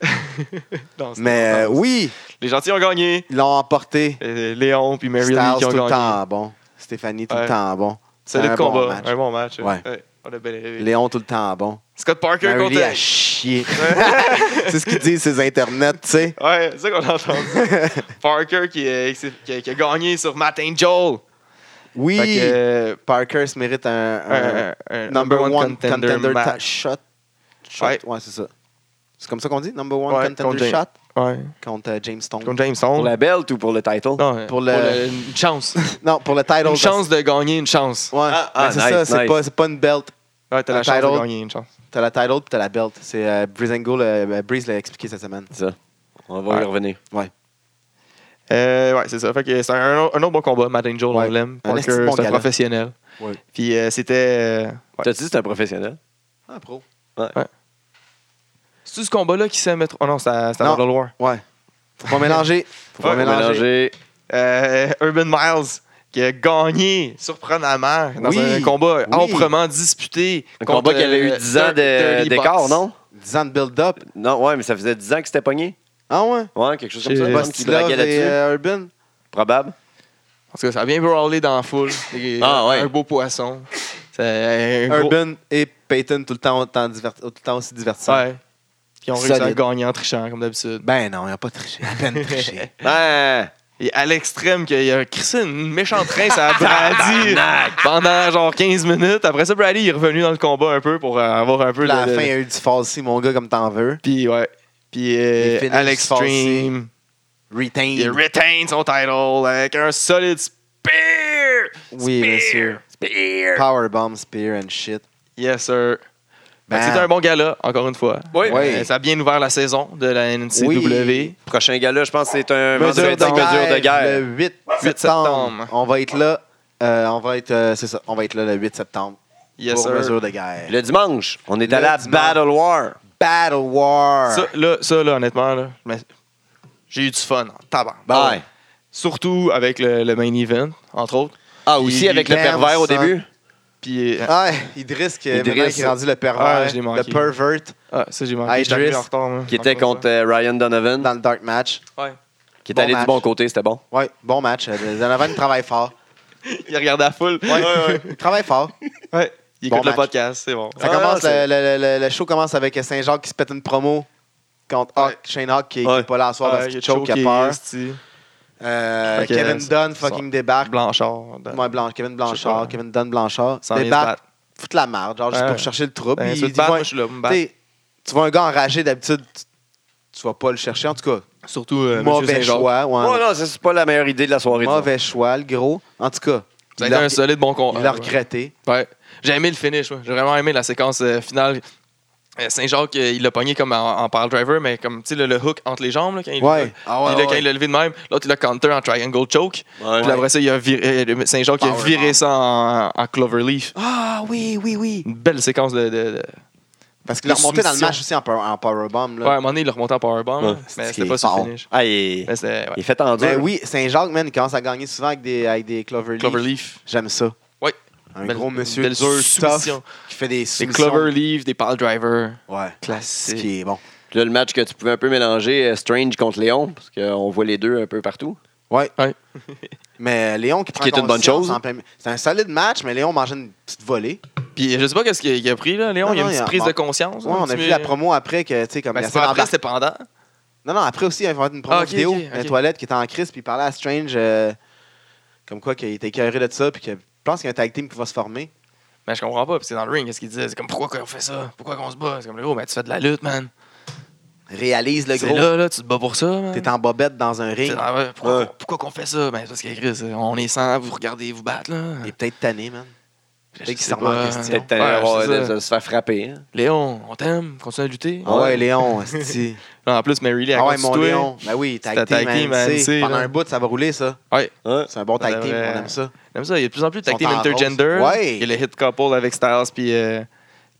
Danse,
Mais
Léon,
euh,
danse.
oui,
Les gentils ont gagné.
ils l'ont emporté.
Euh, Léon puis Mary
Styles,
Lee qui
tout
ont
le
gagné.
temps bon. Stéphanie, tout
Ouais.
le temps bon.
Solide
Un bon
combat.
match.
un bon match.
Ouais.
On a bien aimé.
Léon, tout le temps bon.
Scott Parker
Mary Lee
contre.
a chier. C'est ce qu'ils disent, ces internets, tu sais.
Ouais, c'est ça qu'on a entendu. Parker qui, euh, qui s'est- qui a, qui a gagné sur Matt Angel.
Oui,
Fait que, euh,
Parker se mérite un,
un,
un-
un- un
number one, contender, ta-
match.
shot. shot.
Ouais.
Ouais, c'est ça. C'est comme ça qu'on dit, number one
Ouais, contre
contender
James-
shot
Ouais.
contre euh, James Stone.
Contre James
Pour
Stone.
la belt ou pour le title?
Non, euh,
pour le-
une chance.
Non, pour le title.
une chance de gagner une chance.
Ouais,
Ah, ah,
mais c'est
nice,
ça, c'est
nice.
pas, c'est pas une belt.
Ouais, t'as
Un
la chance de
title.
gagner une chance.
T'as la title puis t'as la belt. C'est euh, Breezango, le- euh, Breeze l'a expliqué cette semaine.
C'est ça. On va
Ouais.
y revenir.
Euh, ouais, c'est ça. Fait que c'est un, un autre bon combat. Matt Angel, on
Ouais.
l'aime.
Un
Parker,
esti de bon
c'est un
gars, là.
professionnel.
Ouais.
Puis euh, c'était. euh, ouais.
T'as dit que c'est un professionnel?
Ah, pro.
C'est ce combat-là qui s'est mis Oh non, c'est à c'est à
Non.
Battle War.
Ouais. Faut pas mélanger. Faut pas
Ouais,
mélanger.
Mélanger.
Euh, Urban Miles qui a gagné surprenamment dans
Oui.
un combat
Oui.
amprement disputé.
Un
contre,
combat qui avait eu
euh,
10 ans de-
30
d'écart,
Bucks.
non?
10 ans de build-up.
Non, ouais, mais ça faisait 10 ans que c'était pogné.
Ah ouais?
Ouais, quelque chose comme
Chez-
ça. il me semble qu'il
Bostilov
braguait
et
là-dessus.
euh, Urban.
Probable.
Parce que ça a bien brawlé dans la foule. Et-
Ah, ouais.
Un beau poisson. C'est un gros-
Urban et Peyton tout le temps, autant divert- tout le temps aussi divertissant.
Ouais. Puis ils ont réussi à
Solide.
gagner en trichant, comme d'habitude.
Ben non, il a pas triché. À peine triché.
Ah!
Et à l'extrême, qu'il a crissé une méchante rince à Brady pendant genre 15 minutes. Après ça, Brady il est revenu dans le combat un peu pour euh, avoir un peu
Puis
de-
à la
de-
fin, il y a eu du falsi, mon gars, comme t'en veux.
Puis ouais. Puis euh,
Il finit
Alex
sur son
Stream,
Retain.
il retain son title avec un solide spear.
Oui,
Spear!
monsieur.
Spear.
Powerbomb, spear and shit.
Yes sir.
Bam.
C'était un bon gala, encore une fois.
Oui.
Ben. Oui.
Euh, ça a bien ouvert la saison de la NCW.
Oui.
Prochain gala, je pense que c'est un vendredi mesure de
Le
guerre.
8
8
septembre.
septembre.
On va être là. euh, on va être, euh, c'est ça, on va être là le 8 septembre
Yes
pour
sir.
mesure de guerre.
Le dimanche, on est
Le
allé à
dimanche.
Battle War.
Battle War.
Ça, là, ça, là, honnêtement, là, je me- j'ai eu du fun en tabac.
Ah, ouais.
Surtout avec le, le main event, entre autres.
Ah, aussi
Il-
avec le
il-
pervers au
ça.
début?
Puis, euh,
Ouais, Idriss, qui,
Idriss.
maintenant, qui est rendu le pervers,
Ah, je l'ai manqué.
le pervert
ah, ça, j'ai
Ah,
manqué. J'étais arrivé
Idris,
en retard. moi.
Qui était
Encore
contre euh, Ryan Donovan,
dans le Dark Match.
ça. Ouais.
qui est
bon
allé du
match.
bon côté, c'était bon.
Ouais, bon match. Euh, Donovan travaille fort.
Il regardait la foule. Ouais,
Il travaille fort.
Ouais. Il
Bon
écoute
match.
le podcast, c'est bon.
Ça
Ah,
commence,
c'est-
le, le- le- le- le show commence avec Saint-Jacques qui se pète une promo contre Hawk,
Ouais.
Shane Hawk qui n'est
Ouais.
pas là ce soir parce
Ouais, Ah, il y
qu'il
a
choke,
Choke
il a
et
peur.
Esti.
Euh,
Ok,
Kevin
ça-
Dunn
ça-
fucking débarque.
Blanchard. ben, dans-
Ouais, Blanche, Kevin
Je sais
Blanchard,
pas.
Kevin Dunn Blanchard.
s'en vient se
Débarque,
battre.
fout la marde, genre juste
Ouais.
pour chercher le trouble.
Ben,
Il-
tu veux
il
te battre,
voit-
moi, je suis là, me
tu
battre.
sais, tu vois un gars enragé d'habitude, tu- tu vas pas le chercher en tout cas.
Surtout euh, Monsieur
mauvais
Saint-Jacques.
choix, ouais.
Oh non, ça, c'est pas la meilleure idée de la soirée. disons.
mauvais choix, le gros. En tout cas,
Ça a
il
été
l'a
un solide bon con.
il l'a regretté.
Ouais. J'ai aimé le finish. ouais. J'ai vraiment aimé la séquence euh, finale. Euh, Saint-Jacques, euh, il l'a pogné comme en, en pile driver, mais comme tu sais, le, le hook entre les jambes. Là, quand il Ah
Ouais.
Puis là, quand il l'a levé de même, l'autre, il l'a counter en triangle choke. Puis après ça, il a viré- euh, Saint-Jacques il a
Power
viré
bomb.
ça en, en cloverleaf.
Ah oui, oui, oui.
Une belle séquence de. de- de-
Parce qu'il l'a
De
remonté dans le
soumission.
match aussi en, power- en powerbomb.
Ouais, à un
Là.
moment donné, il l'a remonté en powerbomb,
Ouais.
là, mais
C'est
c'était pas sur
fort.
le finish.
Ah, il,
Mais c'était.
il
ouais.
est fait en dur.
Ben oui, Saint-Jacques, man, il commence à gagner souvent avec des, avec des Cloverleaf.
Cloverleaf.
J'aime ça.
Ouais.
Un
Belle-
gros monsieur
belle
dur,
soumission.
tough, qui fait des
Des
soumissions.
Cloverleaf, des pile driver.
Ouais. Ce
Classique.
qui est bon.
Là, le match que tu pouvais un peu mélanger, euh, Strange contre Léon, parce qu'on voit les deux un peu partout.
Ouais.
Ouais.
mais euh, Léon qui prend
est une bonne
conscience
chose.
en plein mi- C'est un solide match, mais Léon mangeait une petite volée.
Puis je sais pas qu'est-ce qu'il qu'il a pris, là, Léon.
Non,
il y a une
non, il
petite
a-
prise
bon.
de conscience.
Ouais,
un
on a
petit
vu
peu-
la promo après que, tu sais, comme
Ben,
il
c'est
essaie
pas après,
d'embarquer-
c'était pendant.
Non, non, après aussi, il va y avoir une promo
Ah, ok,
vidéo,
ok,
la
ok.
toilette qui était en crise, puis il parlait à Strange euh, comme quoi qu'il était écœuré de ça, puis que je pense qu'il y a un tag team qui va se former.
Mais je comprends pas. Puis c'est dans le ring, qu'est-ce qu'il disait? C'est comme pourquoi qu'on fait ça? Pourquoi qu'on se bat? C'est comme le gros, mais tu fais de la lutte, man.
Réalise le
C'est
gros.
là, là, tu te bats pour ça, man.
T'es en bobette dans un
C'est
ring.
dans- ouais, Pourquoi, qu'on- pourquoi qu'on fait ça? Ben, c'est parce que Chris, on est sans, vous regardez, vous battre, là.
Il est peut-être tanné, man.
Je
peut-être qu'il
sais
s'en remet en
pas. hein.
question.
Peut-être
Ouais,
euh, avoir-
c'est
de,
ça.
de se faire frapper. hein.
Léon, on t'aime, continue à lutter.
Ah ouais, Léon, esti.
Là, en plus, Mary Lee, elle
Ah ouais,
compte
mon
sur toi.
Léon. Ben oui,
C'est
tag
un
team,
tag team,
man, tu sais,
man,
Pendant
c'est, là.
un bout, ça va rouler, ça.
Ouais,
C'est un bon
Ça
tag team,
devrait-
on aime ça.
comme ça, il y a de plus en plus de tag
Ils
team
sont en
intergender.
rose. Ouais.
Il y a le hit couple avec Styles puis, euh,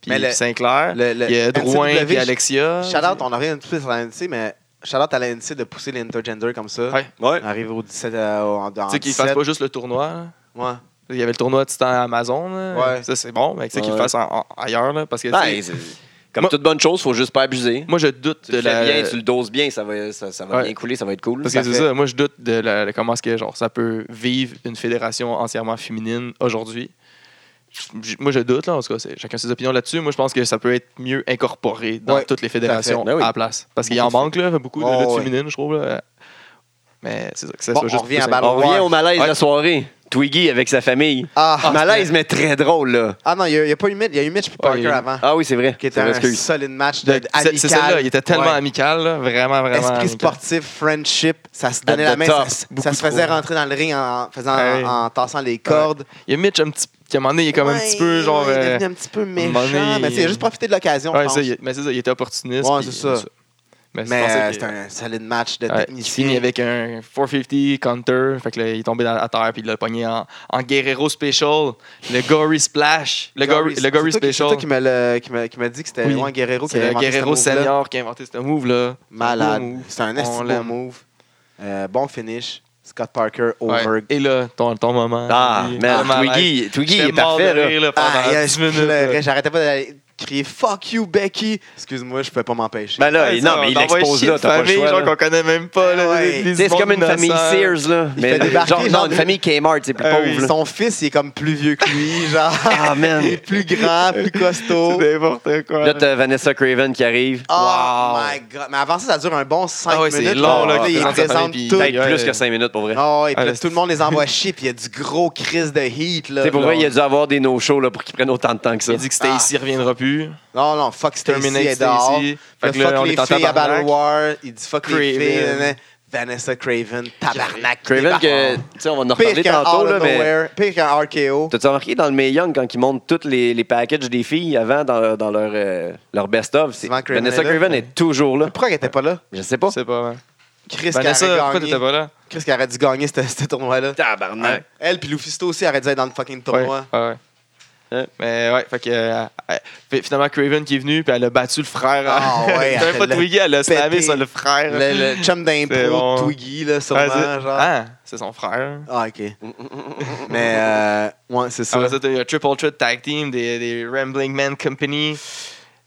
puis
Mais le-
Sinclair.
le- le-
il y a Drouin
NCW,
puis Alexia.
Shout-out, on aurait un petit peu sur la NC, mais shout-out à la NC de pousser l'intergender comme ça.
Ouais.
Ouais.
On arrive au 17 euh, en, en
Tu sais qu'ils
17.
fassent pas juste le tournoi. là.
Ouais.
Il y avait le tournoi de Titan Amazon. là.
Ouais.
Ça, c'est bon, mais tu sais qu'ils le
Ouais.
fassent en- en- ailleurs. là, parce que, tu
Ben,
sais,
c'est- comme
Moi-
toute bonne chose, faut juste pas abuser.
moi, je doute
Tu
de
le fais
la.
bien, tu le doses bien, ça va, ça, ça va
Ouais.
bien couler, ça va être
Mmh.
cool.
Parce
Ça
que c'est
fait-
ça, moi je doute de, la, de comment est-ce que genre, ça peut vivre une fédération entièrement féminine aujourd'hui. J- Moi je doute, là, en tout cas, c'est- chacun ses opinions là-dessus. Moi je pense que ça peut être mieux incorporé dans
Ouais,
toutes les fédérations à,
Ben oui.
la place. Parce qu'il en
Beaucoup de-
manque, là, beaucoup de
Oh,
luttes
ouais.
féminines, je trouve. là. Mais c'est ça, que ça
Bon,
soit
on
juste.
revient
plus
à Battle
simple.
On revient
Ouais.
au malaise de la
Ouais.
soirée. Twiggy avec sa famille.
Ah,
malaise, mais très drôle, là.
Ah non, il n'y a, pas eu Mitch, il y a eu Mitch puis
Ouais,
Parker
il y a eu-
avant,
Ah oui, c'est vrai.
qui était
Ça
un
m'excuse.
solide match de,
C'est-
amical.
C'est celle-là, il était tellement
Ouais.
amical, là, vraiment, vraiment.
Esprit
amical.
sportif, friendship, ça se donnait
At
la
the
main,
top,
ça, se-
beaucoup
ça se faisait
trop.
rentrer dans le ring en, en faisant,
Ouais.
en, en tassant les cordes.
Il y a Mitch un petit. Qui, à un moment donné, il est comme un petit peu
Ouais,
genre.
Il est
euh,
devenu un petit peu
moment donné,
méchant, mais tu sais, il a
il-
juste profité de l'occasion, je
ouais,
pense.
ça, il est- mais c'est ça, il était opportuniste.
Ouais,
puis-
c'est ça.
Mais je
Mais
pensais
euh,
que-
c'est un solide match de
Ouais, il
technicien.
finit avec un 450 counter. Fait que là, il est tombé dans- à terre puis il l'a pogné en, en Guerrero Special. Le Gory Splash. Le Gory, le Gory
C'est toi qui- C'est toi
Special.
qui me l'a- qui me- qui m'a dit que c'était
Oui.
Juan Guerrero qui
C'est
avait
le
inventé ce
Guerrero
move-là.
Senior qui a inventé ce move-là.
Malade.
Beau move.
C'est un
On
assez beau
l'aime.
move. Euh, Bon finish. Scott Parker
Ouais.
over.
Et là, ton, ton moment.
Ah,
Twiggy.
man,
Le malaise.
Twiggy, Twiggy
J'étais
est parfait,
mort de
là.
rire, pendant
Ah, yeah,
10
je
minutes,
pleurais,
là.
J'arrêtais pas d'aller crier Fuck you, Becky. Excuse-moi, je peux pas m'empêcher.
Ben là,
Ouais, ça,
non, mais il
on envoie
l'expose
chier
là,
une
t'as pas le
famille,
choix.
genre,
là.
qu'on connaît même pas. là,
Ouais.
des- des
Tu sais, C'est
secondes
comme une famille
innocentes.
Sears, là.
Il
Mais
fait débarquer,
genre, non,
genre,
une famille Kmart, c'est plus
Ah oui.
pauvre, là.
Son fils, il est comme plus vieux que lui, genre.
Ah, man.
Il est plus grand, plus costaud.
C'est n'importe quoi.
Là, t'as Vanessa Craven qui arrive.
Ah,
Oh
Wow.
my god. Mais avant ça, ça dure un bon 5
Ah ouais, c'est
minutes.
long,
là,
il
qu'ils
présente
présentent
sa famille, puis-
tout.
Ben,
Peut-être
Ouais.
plus que 5 minutes, pour vrai.
Oh, et puis
Ah,
là,
là,
tout le monde les envoie chier, puis il y a du gros crise de heat. Là,
Tu sais, pour
Là.
vrai, il a dû avoir des no-shows là, pour qu'ils prennent autant de temps que ça.
Il dit que Stacy reviendra plus.
Non, non, fuck Stacy, elle
Terminate
est dehors.
Stacy.
Fait
que là,
fuck
on
les
est en
filles à
tabarnak.
Battle War. Il dit fuck les
Craven.
filles. nan, nan. Vanessa Craven, tabarnak.
Craven,
débarque.
que, tu sais, on va en
Pire
reparler
qu'un
tantôt,
All
là,
of
mais.
Nowhere, pire qu'un RKO.
T'as-tu remarqué dans le May Young, quand ils montrent tous les, les packages des filles avant dans, leur- dans leur, euh, leur best-of, c'est-
Souvent, Craven
Vanessa
est là.
Craven est toujours là.
Pourquoi elle était pas là?
Je sais pas.
C'est pas mal.
Chris qui
Vanessa,
aurait
pourquoi t'étais
gagné.
pas là?
Chris qui aurait dû gagner ce ce tournoi-là.
Tabarnak.
Elle puis Lufisto aussi aurait dû être dans le fucking
Ouais,
tournoi.
ouais, ouais.
Ouais.
Mais ouais, fait que. euh, euh, fait- finalement, Craven qui est venu, puis elle a battu le frère.
Ah ouais,
elle
elle
pas
l'a
tweaké, elle a
pété.
slamé sur le frère.
Le, le chum
C'est
d'impro,
bon.
Twiggy, là, sûrement,
Ouais, c'est-
genre.
Ah, c'est son frère.
Ah, OK. Mais, euh, ouais, c'est ça.
Après ça, t'as eu un Triple Threat Tag Team des, des Rambling Man Company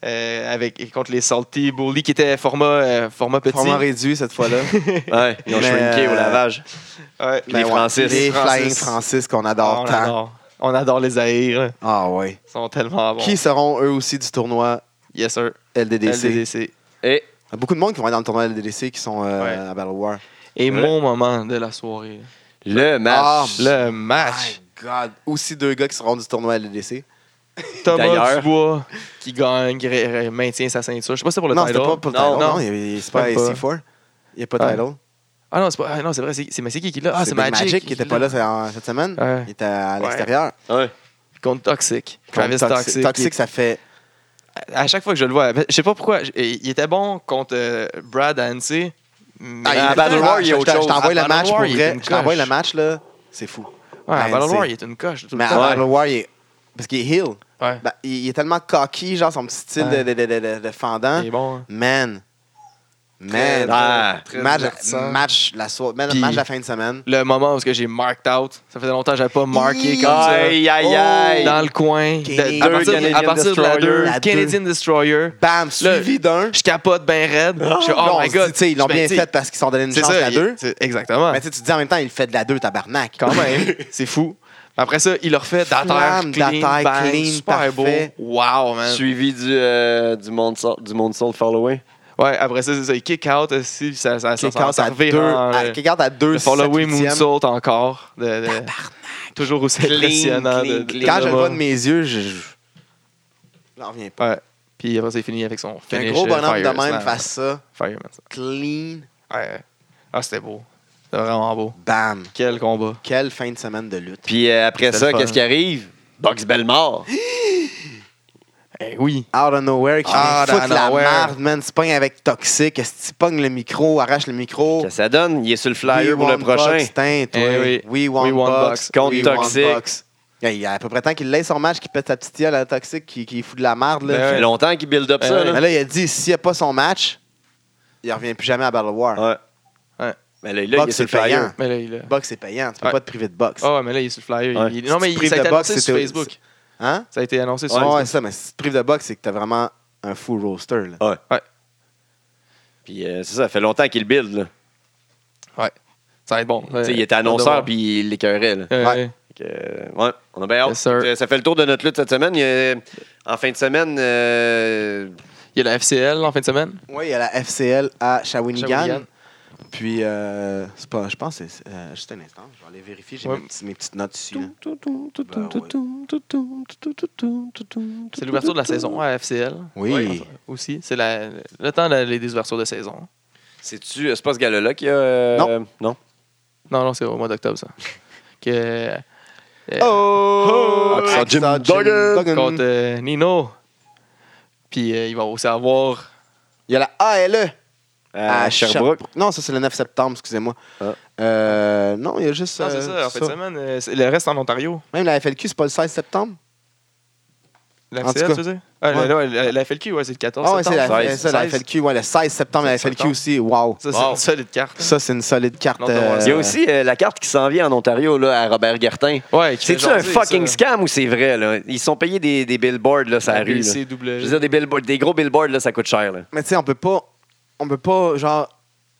euh, avec, contre les Salty Bully qui était format, euh, format petit.
Format réduit cette fois-là.
Ouais, ils ont
Mais,
shrinké au
euh,
lavage.
Ouais.
Les Francis.
Ben Les
Francis.
Flying Francis qu'on
Ah,
adore
on,
tant.
adore. on adore les Aïrs.
Ah, ouais.
Ils sont tellement bons.
Qui seront eux aussi du tournoi
Yes, sir.
LDDC?
LDDC.
Et
Il y a beaucoup de monde qui vont être dans le tournoi LDDC qui sont euh,
Ouais.
à Battle War.
Et
Ouais.
mon moment de la soirée.
le
Ah,
match.
Le match.
My God. Aussi deux gars qui seront du tournoi LDDC.
Thomas
D'ailleurs.
Dubois qui gagne, qui ré- ré- maintient sa ceinture. Je sais pas si c'est pour le
non,
title.
c'était pas pour le
Non,
title. Non,
non.
il y a- c'est pas
Même pas.
AC4. Il n'y a pas de
Ouais.
title.
Ah non, c'est pas. ah non, c'est vrai. C'est c'est- mais c'est qui qui est là? Ah, c'est
Big
Magic.
qui était pas là c'est en- cette semaine.
Ouais.
Il était à
Ouais.
l'extérieur.
Ouais.
Contre Toxic. Travis
Contre
Toxic. Ah,
Toxic, ça fait.
À chaque fois que je le vois, je sais pas pourquoi. je- Il était bon contre euh, Brad Hansi.
Ah,
mais-
il
à
était
Battle
tellement-
War,
je-
il y a
je-
autre
je
chose.
t'envoie
À
le
Battle
match
War,
pour
il est
vrai.
une
Je t'envoie le
coche.
match, là. C'est fou.
Ouais, à
Ouais,
Battle
Ben, c'est-
War, il est une coche. tout le
Mais à
temps.
Battle War, il est. Parce qu'il est heel.
Ouais.
Ben, il il est tellement cocky, genre son petit style de,
Ouais.
de, de, de- de- de fendant.
Il est bon. hein.
Man.
Très-
Man.
Ah.
très
match,
divertissant.
match la soirée. Man,
Puis-
match la fin de semaine.
Le moment où ce que j'ai marked out, ça faisait longtemps que j'avais pas marqué comme ça.
Aïe, aïe, aïe.
Oh,
Dans le coin.
Canadian-
De- à partir,
Canadian
à partir de la
Destroyer.
2,
La
Canadian Destroyer.
Bam, suivi d'un.
Je capote ben raide. Je fais,
Là,
oh
on
my
se
god.
dit, tu sais, ils l'ont
Ben,
bien
tu sais,
fait parce qu'ils sont donné une
C'est
chance
ça,
à
il-
deux.
c'est- Exactement.
Mais tu sais, tu te dis en même temps, il fait de la deux, tabarnak.
Quand même, c'est fou. Après ça, il leur fait d'attaque,
Flamme,
clean,
d'attaque,
bang,
clean,
super
parfait.
beau. Wow, man.
Suivi du, euh, du, Monsoul, du Monsoul Following.
Ouais, après ça, c'est ça. Il kick out aussi, puis ça, ça, ça,
Kick
ça,
out
ça
à
revire
deux.
en,
à-
euh,
Kick out à deux.
le following
sept, huitième.
moonsault encore. de- de- toujours aussi
Clean,
impressionnant.
clean,
de- de-
clean.
de-
Quand je le
de-
vois de mes yeux, je. je- J'en reviens pas.
Ouais. Puis après, c'est fini avec son finish.
Qu'un gros
euh,
bonhomme de
fire
même
slam.
fasse ça,
Fireman slam.
clean,
Ouais. Ah, c'était beau. C'était vraiment beau.
bam.
Quel combat.
Quelle fin de semaine de lutte.
Puis euh, après
C'était
ça,
le fun.
qu'est-ce qui arrive? Box Belmore.
Oh.
Eh oui.
Out of nowhere, qui vient
Out of
foutre la
nowhere.
merde, man. Tu pognes avec toxique, est-ce que tu pognes le micro, arrache le micro.
Qu'est-ce que ça donne? Il est sur le flyer
We
pour le
want
prochain.
Bucks, tain, toi.
Eh oui.
We want
We want
Bucks.
Bucks.
Contre
We
Toxic.
want Bucks. Il y a à peu près temps qu'il laisse son match, qu'il pète sa petite gueule à Toxic, qui, qui fout de la merde.
Ben
Là.
Ça fait
ouais.
longtemps qu'il build up
Ouais,
ça.
ouais.
Mais
Là.
Ben là, il a dit, s'il n'y a pas son match, il revient plus jamais à Battle War.
Ouais.
Ouais.
Mais là, là, il est
Bucks,
sur
c'est
le flyer.
payant.
Mais là, il a.
Box, c'est payant. Tu peux
Ouais.
pas te priver de box.
Ah, ouais, mais là, il est sur le flyer.
Ouais.
Il- Non, mais
Si tu
il, ça a été
prives de box,
annoncé sur
c'était-
Facebook.
Hein?
Ça a été annoncé sur
Ouais,
Facebook.
ouais, c'est ça, mais si tu te prives de box, c'est que t'as vraiment un full roster. Là.
Puis euh, c'est ça, ça fait longtemps qu'il le build. là.
Ça va être bon.
Tu sais, il était annonceur puis il l'écœurait. là.
Ouais.
Ouais.
Fait que, euh, ouais, on a bien hâte.
Yes, sir.
Euh, Ça fait le tour de notre lutte cette semaine. Il y a- en fin de semaine, euh,
Il y a la FCL en fin de semaine.
Oui, il y a la FCL à Shawinigan.
Shawinigan.
Puis, euh, c'est pas, je pense, que c'est, euh, juste un instant, je vais aller vérifier, j'ai
Ouais.
mes, petits- mes petites notes ici. là. Ben,
C'est l'ouverture de la saison à FCL.
Oui.
Ouais, aussi. C'est la- le temps des des ouvertures de saison.
c'est-tu, euh, c'est pas ce gars-là qui a. euh,
Non.
Non.
Non, non, c'est au mois d'octobre, ça. que, euh,
Oh!
Ah, qui sont Jim
Axel
Duggan.
Contre euh, Nino. Puis euh, il va aussi avoir.
Il y a la ALE
À, Sherbrooke.
Non, ça, c'est le 9 septembre, excusez-moi.
Ah.
Euh, non, il y a juste.
Non, c'est
euh,
ça, en fin de semaine. euh, c'est- le reste en Ontario.
Même la FLQ, c'est pas le 16 septembre?
La
En
FCL, tu
tout cas.
veux dire? Ah,
Ouais.
la, ouais, la- la FLQ, ouais, c'est le 14
Ah, ouais, c'est
septembre.
la,
septembre.
ça, la
16.
FLQ, ouais, le 16 septembre, la
16
FLQ
septembre.
aussi. Wow!
Ça, c'est
Wow.
une solide carte.
Ça, c'est une solide carte.
Non, t'as raison.
euh,
Il y a aussi euh, la carte qui s'en vient en Ontario là, à Robert Guertin.
Ouais, qui fait
C'est-tu un
jaser,
fucking
ça.
scam ou c'est vrai? Là? Ils sont payés des, des billboards là, sur la rue. là. Je veux
LCW.
dire, des, billboards, des gros billboards, là, ça coûte cher. Là.
Mais tu sais, on peut pas. On peut pas, genre.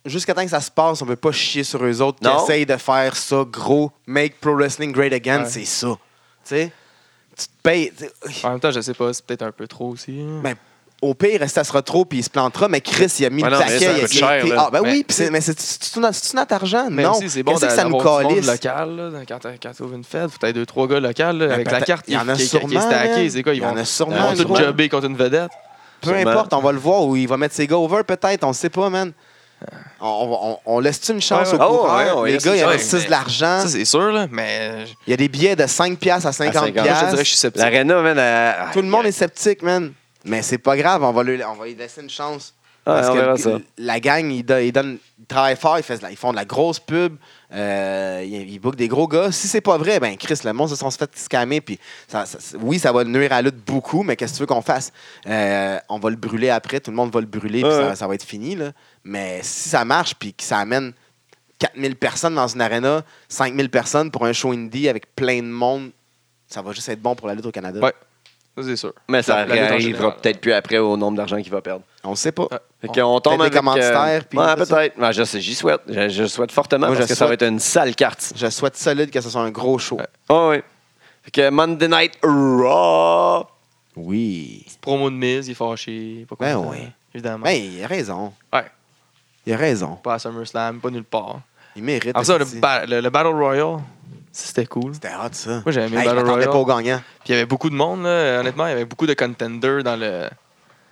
Jusqu'à temps que ça se passe, on peut pas chier sur eux autres qui
Non.
essayent de faire ça gros. Make pro wrestling great again,
Ouais.
c'est ça. Tu sais? Tu te payes. tu sais,
En même temps, je sais pas, c'est peut-être un peu trop aussi. hein.
Ben, Au pire, si ça sera trop, puis il se plantera, mais Chris, il a mis
Ouais,
le
non, mais
paquet.
ça
il a
coûte cher,
été-
là.
Ah, ben
Mais-
oui, puis c'est- mais c'est- c'est-tu notre- c'est-tu notre argent?
Mais
non.
aussi, c'est bon
Qu'est-ce que ça nous
d'avoir du monde
calisse?
local, là, quand t'as- quand t'ouvres une fête, faut que t'aies deux, trois gars locaux, là, avec la
Ben, peut-être-
carte
il y en a
qui, qui- qui
sûrement,
est stackée.
man.
C'est quoi, ils
Il y en
vont,
a sûrement,
ils vont tous
gros.
jobber contre une vedette.
Peu
Sûrement.
importe, on va le voir où il va mettre ses gars over, peut-être, on ne sait pas, man. On, on- on- on laisse-tu une chance
Ouais, ouais.
au coureur?
Oh, ouais, on
Les
laisse
gars,
une
ils
chance,
investissent
mais-
de l'argent.
Ça, c'est sûr, là, mais je-
Il y a des billets de 5 piastres Ah. à 50
50.
moi, je te dirais que je
piastres.
suis sceptique.
L'arena, man. elle-
Tout le monde est sceptique, man. Mais c'est pas grave, on va, lui, on va lui laisser une chance.
Ah Ouais,
Parce
on
que
verra
le-
ça.
La gang, ils, don- ils donnent, ils travaillent fort, ils, font de la- ils font de la grosse pub, euh, ils, ils bookent des gros gars. Si c'est pas vrai, ben Chris, le monde se sont fait scammer. Puis ça- ça- c'est- oui, ça va nuire à la lutte beaucoup, mais qu'est-ce que tu veux qu'on fasse? Euh, on va le brûler après, tout le monde va le brûler, puis
Ouais.
ça, ça va être fini. Là. Mais si ça marche, puis que ça amène 4000 personnes dans une arena, 5000 personnes pour un show indie avec plein de monde, ça va juste être bon pour la lutte au Canada.
Ouais. Ça, c'est sûr.
Mais ça
La- la lutte en
arrivera
général.
peut-être plus après au nombre d'argent qu'il va perdre.
On sait pas.
Ouais.
Fait qu'on tombe
des
avec... euh,
commanditaires, puis-
ouais, peut-être. Ouais, je sais, j'y souhaite. Je, je souhaite fortement
Moi, je
parce que ça va
souhaite-
être une sale carte.
Je souhaite solide que ce soit un gros show.
Ouais.
Ah oui. Fait que Monday Night Raw.
Oui.
Promo de mise, il est fâché. Pas
Ben
content,
oui.
Évidemment.
Mais il a raison.
Ouais.
Il a raison.
Pas à SummerSlam, pas nulle part.
Il mérite.
Alors Ah, ça, le,
esti.
ba- le- le Battle Royale, ça, c'était cool.
C'était hot, ça.
Moi, j'ai aimé le
je
Battle
m'attendais
Royale.
pas au gagnant.
Puis il y avait beaucoup de monde, là. honnêtement, il y avait beaucoup de contenders dans le.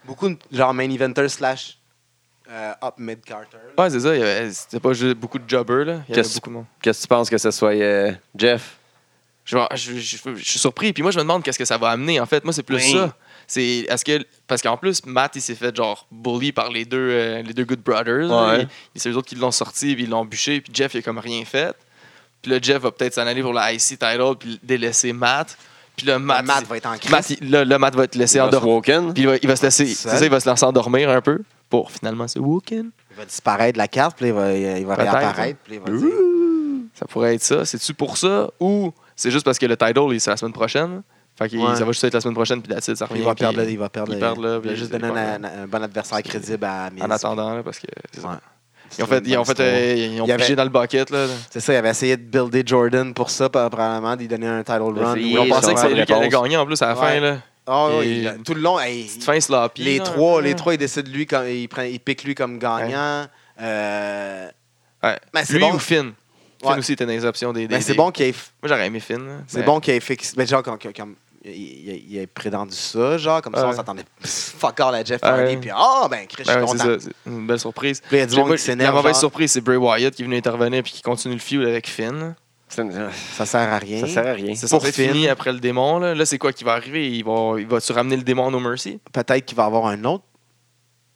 Beaucoup de genre main eventer slash euh, up mid Carter.
Ouais, c'est ça, il y avait- c'était pas juste beaucoup de jobbers, là. Il y avait
Qu'est-ce-
beaucoup de monde.
Qu'est-ce que tu penses que ce soit euh, Jeff?
Je, vois- je- je- je- je suis surpris, puis moi, je me demande qu'est-ce que ça va amener, en fait. Moi, c'est plus
Oui.
ça. C'est, est-ce que, parce qu'en plus, Matt, il s'est fait genre bully par les deux, euh, les deux Good Brothers. là.
Ouais.
Il- il- C'est eux autres qui l'ont sorti, puis ils l'ont bûché, puis Jeff, il a comme rien fait. Puis là, Jeff va peut-être s'en aller pour la IC title, puis délaisser Matt. Puis là, Matt,
Matt
il-
va être en crise.
Matt, il- là, là, Matt va être laissé
Ross
endormir.
Woken?
Puis il va, il va se laisser, c'est
Seul.
ça, il va se lancer endormir un peu pour finalement se Woken.
Il va disparaître de la carte, puis là, il va, il va
Peut-être,
réapparaître. Puis là, il va dire,
Ça pourrait être ça. C'est-tu pour ça ou c'est juste parce que le title, il- c'est la semaine prochaine? Fait que
Ouais.
ça va juste être la semaine prochaine, puis la suite, ça revient.
il va
puis
perdre, là, il va perdre.
il perd, là,
il a
puis
juste
il
donné
perd,
un, un bon adversaire crédible à Miz.
euh, En attendant, là, parce que. c'est ça.
Ouais.
Ils ont fait, ils ont, fait, euh, ils ont
Il y avait-
pigé dans le bucket. Là.
C'est ça, il avait essayé de builder Jordan pour ça, pas- probablement, d'y donner un title run.
Essayer,
Ou-
On
Ils
pensait
ont
que c'est
fait
lui qui allait
réponse.
gagner en plus à la
Ouais.
fin. Là.
Ah oui,
Et-
il a- tout le long, hey,
Petite fin sloppy.
les
là, un
trois,
peu,
les
là.
trois, ils décident lui comme il prend, il pique lui comme gagnant. Euh,
Ouais.
Mais c'est
Lui
bon.
ou Finn Finn
Ouais.
aussi était dans les options des. des-
mais ben, c'est
des-
bon qu'il ait, f-
Moi, j'aurais aimé Finn. là.
c'est
Mais-
bon qu'il ait fixé. Mais genre comme, comme- il, il- il a prétendu ça, genre comme ça on
Ouais.
s'attendait fuck all à Jeff
Ouais.
Hardy puis ah ben Chris, je
Ben ouais,
suis
c'est
content.
ça, c'est une belle surprise.
Puis il y a du
J'ai
monde
pas-
qui
la
s'énerve.
mauvaise
genre,
surprise, c'est Bray Wyatt qui est venu intervenir puis qui continue le feud avec Finn.
Ça,
Ça sert à rien.
ça sert à rien.
C'est
Pour
censé être
Finn.
fini après le démon. Là, là c'est quoi qui va arriver? Il va, il va tu ramener le démon au Mercy?
Peut-être qu'il va avoir un autre.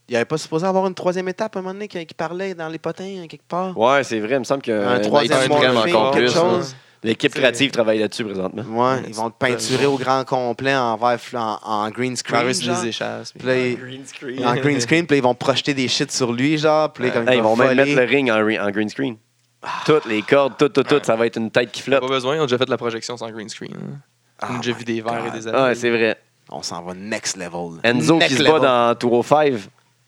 Il avait pas supposé avoir une troisième étape à un moment donné qui, qui parlait dans les potins hein, quelque part.
Ouais, c'est vrai. Il me semble que
Un
euh,
troisième
Night
mois
Supreme
de film,
encore
quelque
plus. là.
chose.
L'équipe créative travaille là-dessus présentement.
Ouais,
Ouais,
ils vont le peinturer au grand complet en vert fl- en, en
Il
green
va
screen.
arriver sur
genre.
des échasses. puis-
Puis là, il-
Green
en green screen, puis là, ils vont projeter des shit sur lui, genre. Puis là, comme Ah.
ils vont
va
même mettre
voler.
le ring en, ri- en green screen. Toutes les cordes, tout, tout, tout. Ça va être une tête qui flotte.
Pas besoin, ils ont déjà fait la projection sans green screen. hein.
Ah
On a déjà
my
vu des verres et des
Ah, ouais,
abeilles.
c'est vrai.
On s'en va next level. là.
Enzo
Next
qui se
level.
bat dans Tour 5.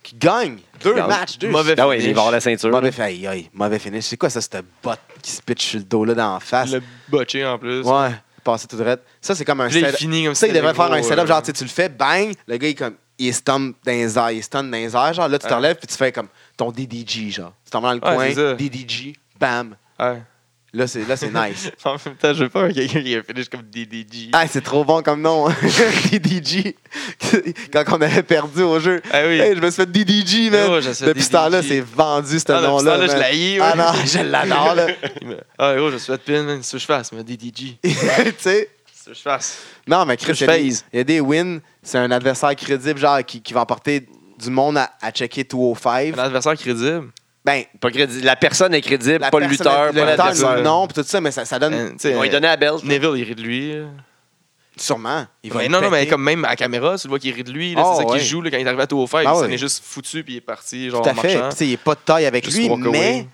Qui gagne. Deux
gagne.
matchs, deux.
Mauvais
Ah oui, il
finish.
va avoir la ceinture.
Mauvais fi- aïe, aïe, mauvais finish. C'est quoi ça, cette botte qui se pitch sur le dos là dans la face?
Le botché en plus.
Ah, Ouais, passer tout droit. Ça, c'est comme un
Puis là, il
setup.
finit comme
Ça, il
c'était
devrait
le
faire un
gros,
setup,
euh,
genre, tu sais, tu le fais, bang, le gars, il comme, il stomp dans les airs, il stun dans les airs, genre, là, tu te
Ouais.
relèves, puis tu fais comme ton DDG, genre. Tu t'en vas dans le
Ouais, c'est ça.
coin, DDG, bam.
Ouais.
Là, c'est là, c'est nice.
en même temps, je veux pas quelqu'un qui a finish comme DDG.
Ah, c'est trop bon comme nom. DDG. Quand on avait perdu au jeu.
Ah oui.
Hey, je me suis fait DDG, man.
Gros, je me suis fait
depuis ce temps-là,
DDG.
c'est vendu, ce
Ah, depuis ce
nom-là.
temps-là, je
man.
l'haïs, ouais.
Ah non, je l'adore, là.
Il me- Ah, gros, je me suis fait pin, man. C'est ce que je fasse, mais DDG.
tu sais.
C'est ce que je fasse.
Non, mais Chris,
Je
il y, a des-
phase.
il y a des wins. C'est un adversaire crédible, genre, qui, qui va emporter du monde à, à checker
Un
205.
adversaire crédible.
Ben,
Pas crédi- La personne est crédible,
la
pas le
personne-
lutteur, pas
le lutteur,
l'adversaire.
non, pis tout ça, mais ça, ça donne
Hein, tu sais,
Ils vont lui donner la belle.
Neville, il rit de lui. là.
sûrement. Il va
Mais
le
non, non, mais
péter.
comme même à la caméra, tu le vois qu'il rit de lui. là,
Ah,
c'est ça
ouais.
qu'il joue là, quand il est arrivé à tout faire.
Ah,
il s'en
ouais.
est juste foutu puis il est parti, genre
Tout à
en
fait.
marchant.
Puis, tu sais, il n'est pas de taille avec
Juste
lui,
walk away.
mais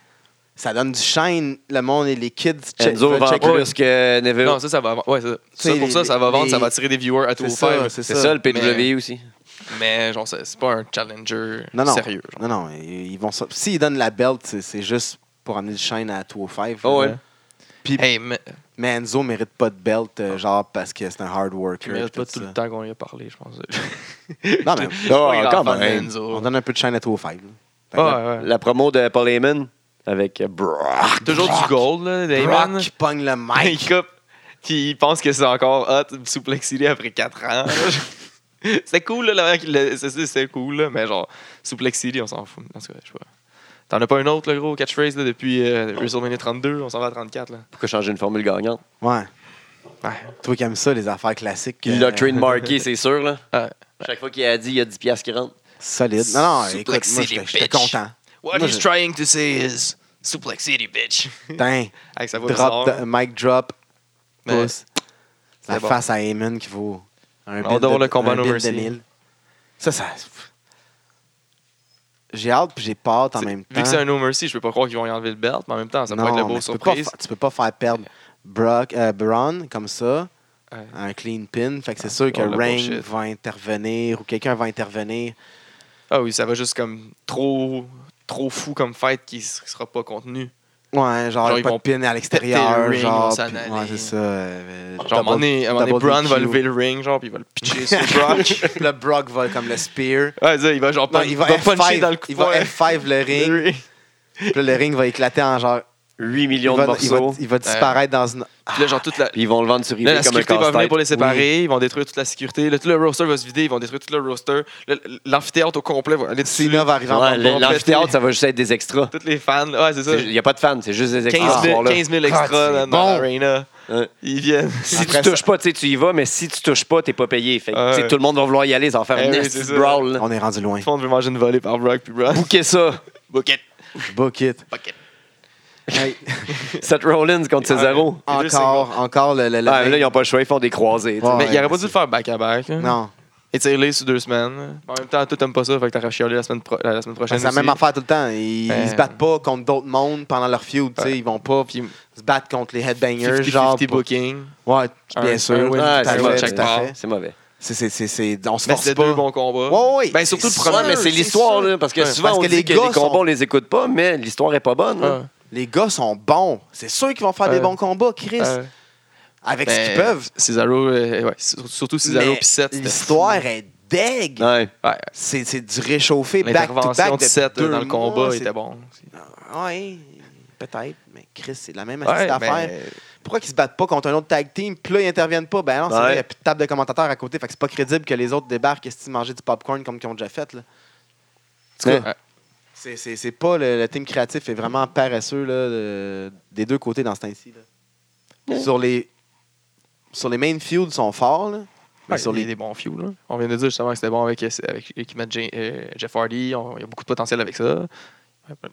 ça donne du shine. Le monde et les kids check-
Enzo
veulent
vend
checker
plus que Neville.
Non, ça, ça va. Ouais, ça. ça
sais,
pour ça,
Euh, les-
ça va vendre,
les-
ça va attirer des viewers à tout
C'est ça,
faire.
c'est
c'est
ça.
ça, le PW aussi.
Mais genre, c'est c'est pas un challenger
Non, non.
sérieux. genre.
Non, non. Ils ils vont ça. S'ils donnent la belt, c'est- c'est juste pour amener du shine à 205.
Oh, ouais.
Puis,
Hey, mais
mais Enzo mérite pas de belt, euh, genre, parce que c'est un hard
tu
worker.
mérites
puis
Ah. pas
tout
tout
ça.
le temps qu'on y a parlé, je pense.
Non, mais
Je suis pas
Ah,
grand
quand
fan
même.
d'Enzo.
on donne un peu de shine à 205. là. Fait que
Ouais,
là,
ouais.
La promo de Paul Heyman avec Brock.
Toujours du gold, là, Damon.
Brock qui pogne le
Il
mic.
coupe. Puis il pense que c'est encore hot, souplexilé après 4 ans. C'était cool, là, la manière qu'il l'a- c'est- c'est- C'était cool, là, mais genre, souplexilé, on s'en fout. En tout cas, je sais pas. T'en as pas un autre, le gros catchphrase, là, depuis euh, WrestleMania 32, on s'en va à 34, là.
Pourquoi changer une formule gagnante?
Ouais.
Ouais.
Toi qui aimes ça, les affaires classiques.
Il l'a
euh,
trademarké, c'est sûr. là.
Ah,
Chaque fois qu'il a dit, il y a 10 piastres qui rentrent.
Solide. euh, Non, non,
Suplex
écoute, moi,
City,
j'étais j'étais
bitch.
content.
What
Moi,
he's
je-
trying to say is Suplex City, bitch.
Tain,
Avec sa voix
drop,
bizarre.
the- mic drop,
Mais
pouce. La
bon.
face à Heyman qui vaut un
On doit voir le combat
un
No
bid
Mercy.
de mille. Ça, ça... J'ai hâte puis j'ai peur en
c'est-
même temps.
Vu que c'est un No Mercy, je peux pas croire qu'ils vont y enlever le belt, mais en même temps, ça
Hein? Non,
pourrait être la
mais
beau
tu peux pas
surprise.
fa- tu peux pas faire perdre Brock, euh, Braun comme ça,
Ouais. Ah,
un clean pin. Fait que c'est sûr que
drôle de
Reign
bullshit.
va intervenir ou quelqu'un va intervenir.
Ah oui, ça va juste comme trop trop fou comme fight qui s- sera pas contenu.
Ouais, genre,
Genre, ils
pas de
vont
pin à
péter le
l'extérieur.
ring,
Genre,
ils vont
puis-
s'en
ouais,
aller.
c'est ça. euh,
Genre, à un moment
double-
donné, à un moment donné,
double
Braun va
DQ.
lever le ring, genre, puis il va le pitcher sur Brock.
le Brock va comme le spear.
ouais, c'est ça, il va genre
Non,
pun-
il va,
puncher
F5,
dans le coup.
il va
ouais.
F5 le ring. puis là, le ring va éclater en genre.
8
Il
millions de
va, il va-
morceaux.
il va disparaître dans une.
Puis là, genre, toute la,
Puis ils vont le vendre sur
Là,
eBay
la
comme un
sécurité va venir
casse-tête.
pour les séparer, ils vont détruire toute la sécurité. Là, tout le roster va se vider, ils vont détruire tout le roster. Le- L'amphithéâtre au complet va aller dessus.
Cena va arriver en
Ouais,
bas.
l- L'amphithéâtre, ça va juste être des extras.
Tous les fans, ouais, c'est ça.
Il n'y a pas de fans, c'est juste des
15
extras.
000,
ce soir-là.
15 000 extras
Ah,
dans,
c'est
dans
bon. Ah.
l'arena.
Ouais.
Ils viennent.
Si tu
Après
touches
ça-
pas, tu sais, tu y vas, mais si tu touches pas, t'es pas payé. Fait que,
Ouais.
tu sais, tout le monde va vouloir y aller, ça va faire
Eh
un
oui,
nasty
c'est ça.
brawl. là.
On est rendu loin.
Tout le monde veut manger une volée par Brock puis Brock.
Bouquez ça.
Bucket.
Book it.
Bucket.
Hey,
Seth Rollins contre Cesaro.
Et juste, c'est
encore, encore le. le- le-
Ah, mais là, ils n'ont pas le choix, ils font des croisés. tu sais.
Ouais.
Mais il aurait pas
mais
dû
c'est-
le faire back-à-back. hein.
Non.
Étirer sur deux semaines. En même temps, toi, t'aimes pas ça, fait que t'aurais chialé la semaine, pro- euh, la semaine prochaine.
Ben, C'est la
aussi.
même affaire tout le temps. Ils,
Euh.
ils se battent pas contre d'autres mondes pendant leur feud. tu sais.
Ouais.
Ils vont pas
Puis
se battre contre les headbangers.
50-50
genre, pour-
booking.
Ouais, bien
Un-
sûr.
un win,
tout
Ah,
à
c'est
fait,
mauvais.
tout à
Check
part.
fait.
C'est mauvais.
C'est- c'est- c'est- c'est- On se
Mais
force
c'est
pas.
deux bons combats.
Ouais, ouais,
Ben, surtout le
c'est
premier.
Ouais, mais c'est
sûr,
l'histoire,
sûr.
là, parce que
Ouais.
souvent,
Parce
on
que
dit
les
que
gars
les combats,
sont-
on les écoute pas, mais l'histoire est pas bonne. hein.
Ouais.
Les gars sont bons. C'est sûr qu'ils vont faire des
Ouais.
bons combats, Chris.
Ouais.
Avec
Ben,
ce qu'ils peuvent.
Cesaro, euh, ouais, sur- surtout Cesaro
Mais
puis 7.
L'histoire est deg.
Ouais.
Ouais.
C'est c'est du réchauffé back-to-back
L'intervention de
de
7
deux
dans le combat
mois,
était bon.
c'est- Ouais, peut-être. Mais Chris, c'est la même
Ouais,
affaire.
mais-
Pourquoi qu'ils se battent pas contre un autre tag team, puis là, ils interviennent pas? Ben non, c'est
Ouais.
vrai, il y a plus de table de commentateurs à côté, fait que c'est pas crédible que les autres débarquent et manger du popcorn comme qu'ils ont déjà fait. Là.
Mais-
Ouais.
C'est, c'est, c'est pas le, le team créatif est vraiment paresseux là, de- des deux côtés dans ce temps-ci. là. Sur les sur les main fields ils sont forts, là, mais
Ouais,
sur
il y a
les
des bons few. Là. On vient de dire justement que c'était bon avec, euh, avec l'équipe de Jay- euh, Jeff Hardy. On- il y a beaucoup de potentiel avec ça.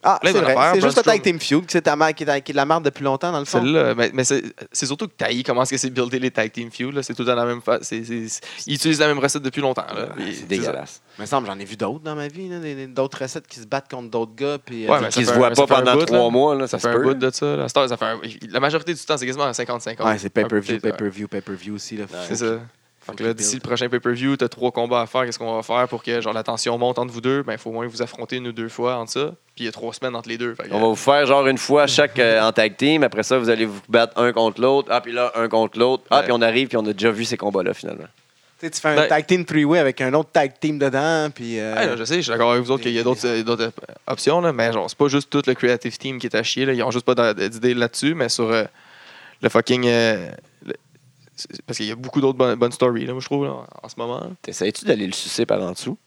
ah
Plein
c'est
de
vrai,
affaires,
c'est juste le
Braun
tag team feud qui c'est ta mère qui est, qui est de la merde depuis longtemps dans le fond.
Celle-là, mais, mais c'est c'est surtout que Taï, comment est-ce que c'est buildé les tag team feud? là? C'est tout dans la même phase. C'est- c'est- c'est- Ils utilisent la même recette depuis longtemps. là. Puis,
C'est dégueulasse.
Il me semble j'en ai vu d'autres dans ma vie, là, des- des- d'autres recettes qui se battent contre d'autres gars puis
Ouais,
euh,
mais
Qui
ça
se
fait
voient
un-
pas
ça fait un
pendant
bout,
trois
là.
mois, là,
Ça
ça se
fait un bout
peut.
de ça. là. À cette heure, ça fait un- La majorité du temps, c'est quasiment à 50-50.
ouais, c'est pay-per-view,
Ouais.
pay-per-view, pay-per-view aussi là.
C'est
Faut-
ça.
faut
Fait que là,
qu'ils
d'ici le
buildent.
prochain pay-per-view, t'as trois combats à faire. Qu'est-ce qu'on va faire pour que genre, la tension monte entre vous deux? Ben, il faut au moins vous affronter une ou deux fois entre ça. Puis il y a trois semaines entre les deux. Fait que,
On va vous faire genre une fois chaque euh, en tag team. Après ça, vous allez vous battre un contre l'autre. Ah, puis là, un contre l'autre. Ah,
Ouais.
puis on arrive, puis on a déjà vu ces combats-là, finalement.
Tu sais, tu fais un
Ben-
tag team three-way avec un autre tag team dedans, puis. euh,
Ouais, Ah, là, je sais, je suis d'accord avec vous autres qu'il y a d'autres euh, d'autres, euh, options, là, mais genre, c'est pas juste tout le creative team qui est à chier. Là. Ils ont juste pas d'a- d'idée là-dessus, mais sur euh, le fucking. euh, le- c'est- Parce qu'il y a beaucoup d'autres bonnes, bonnes stories, là, moi, je trouve, là, en ce moment. là.
T'essayes-tu d'aller le sucer par en dessous?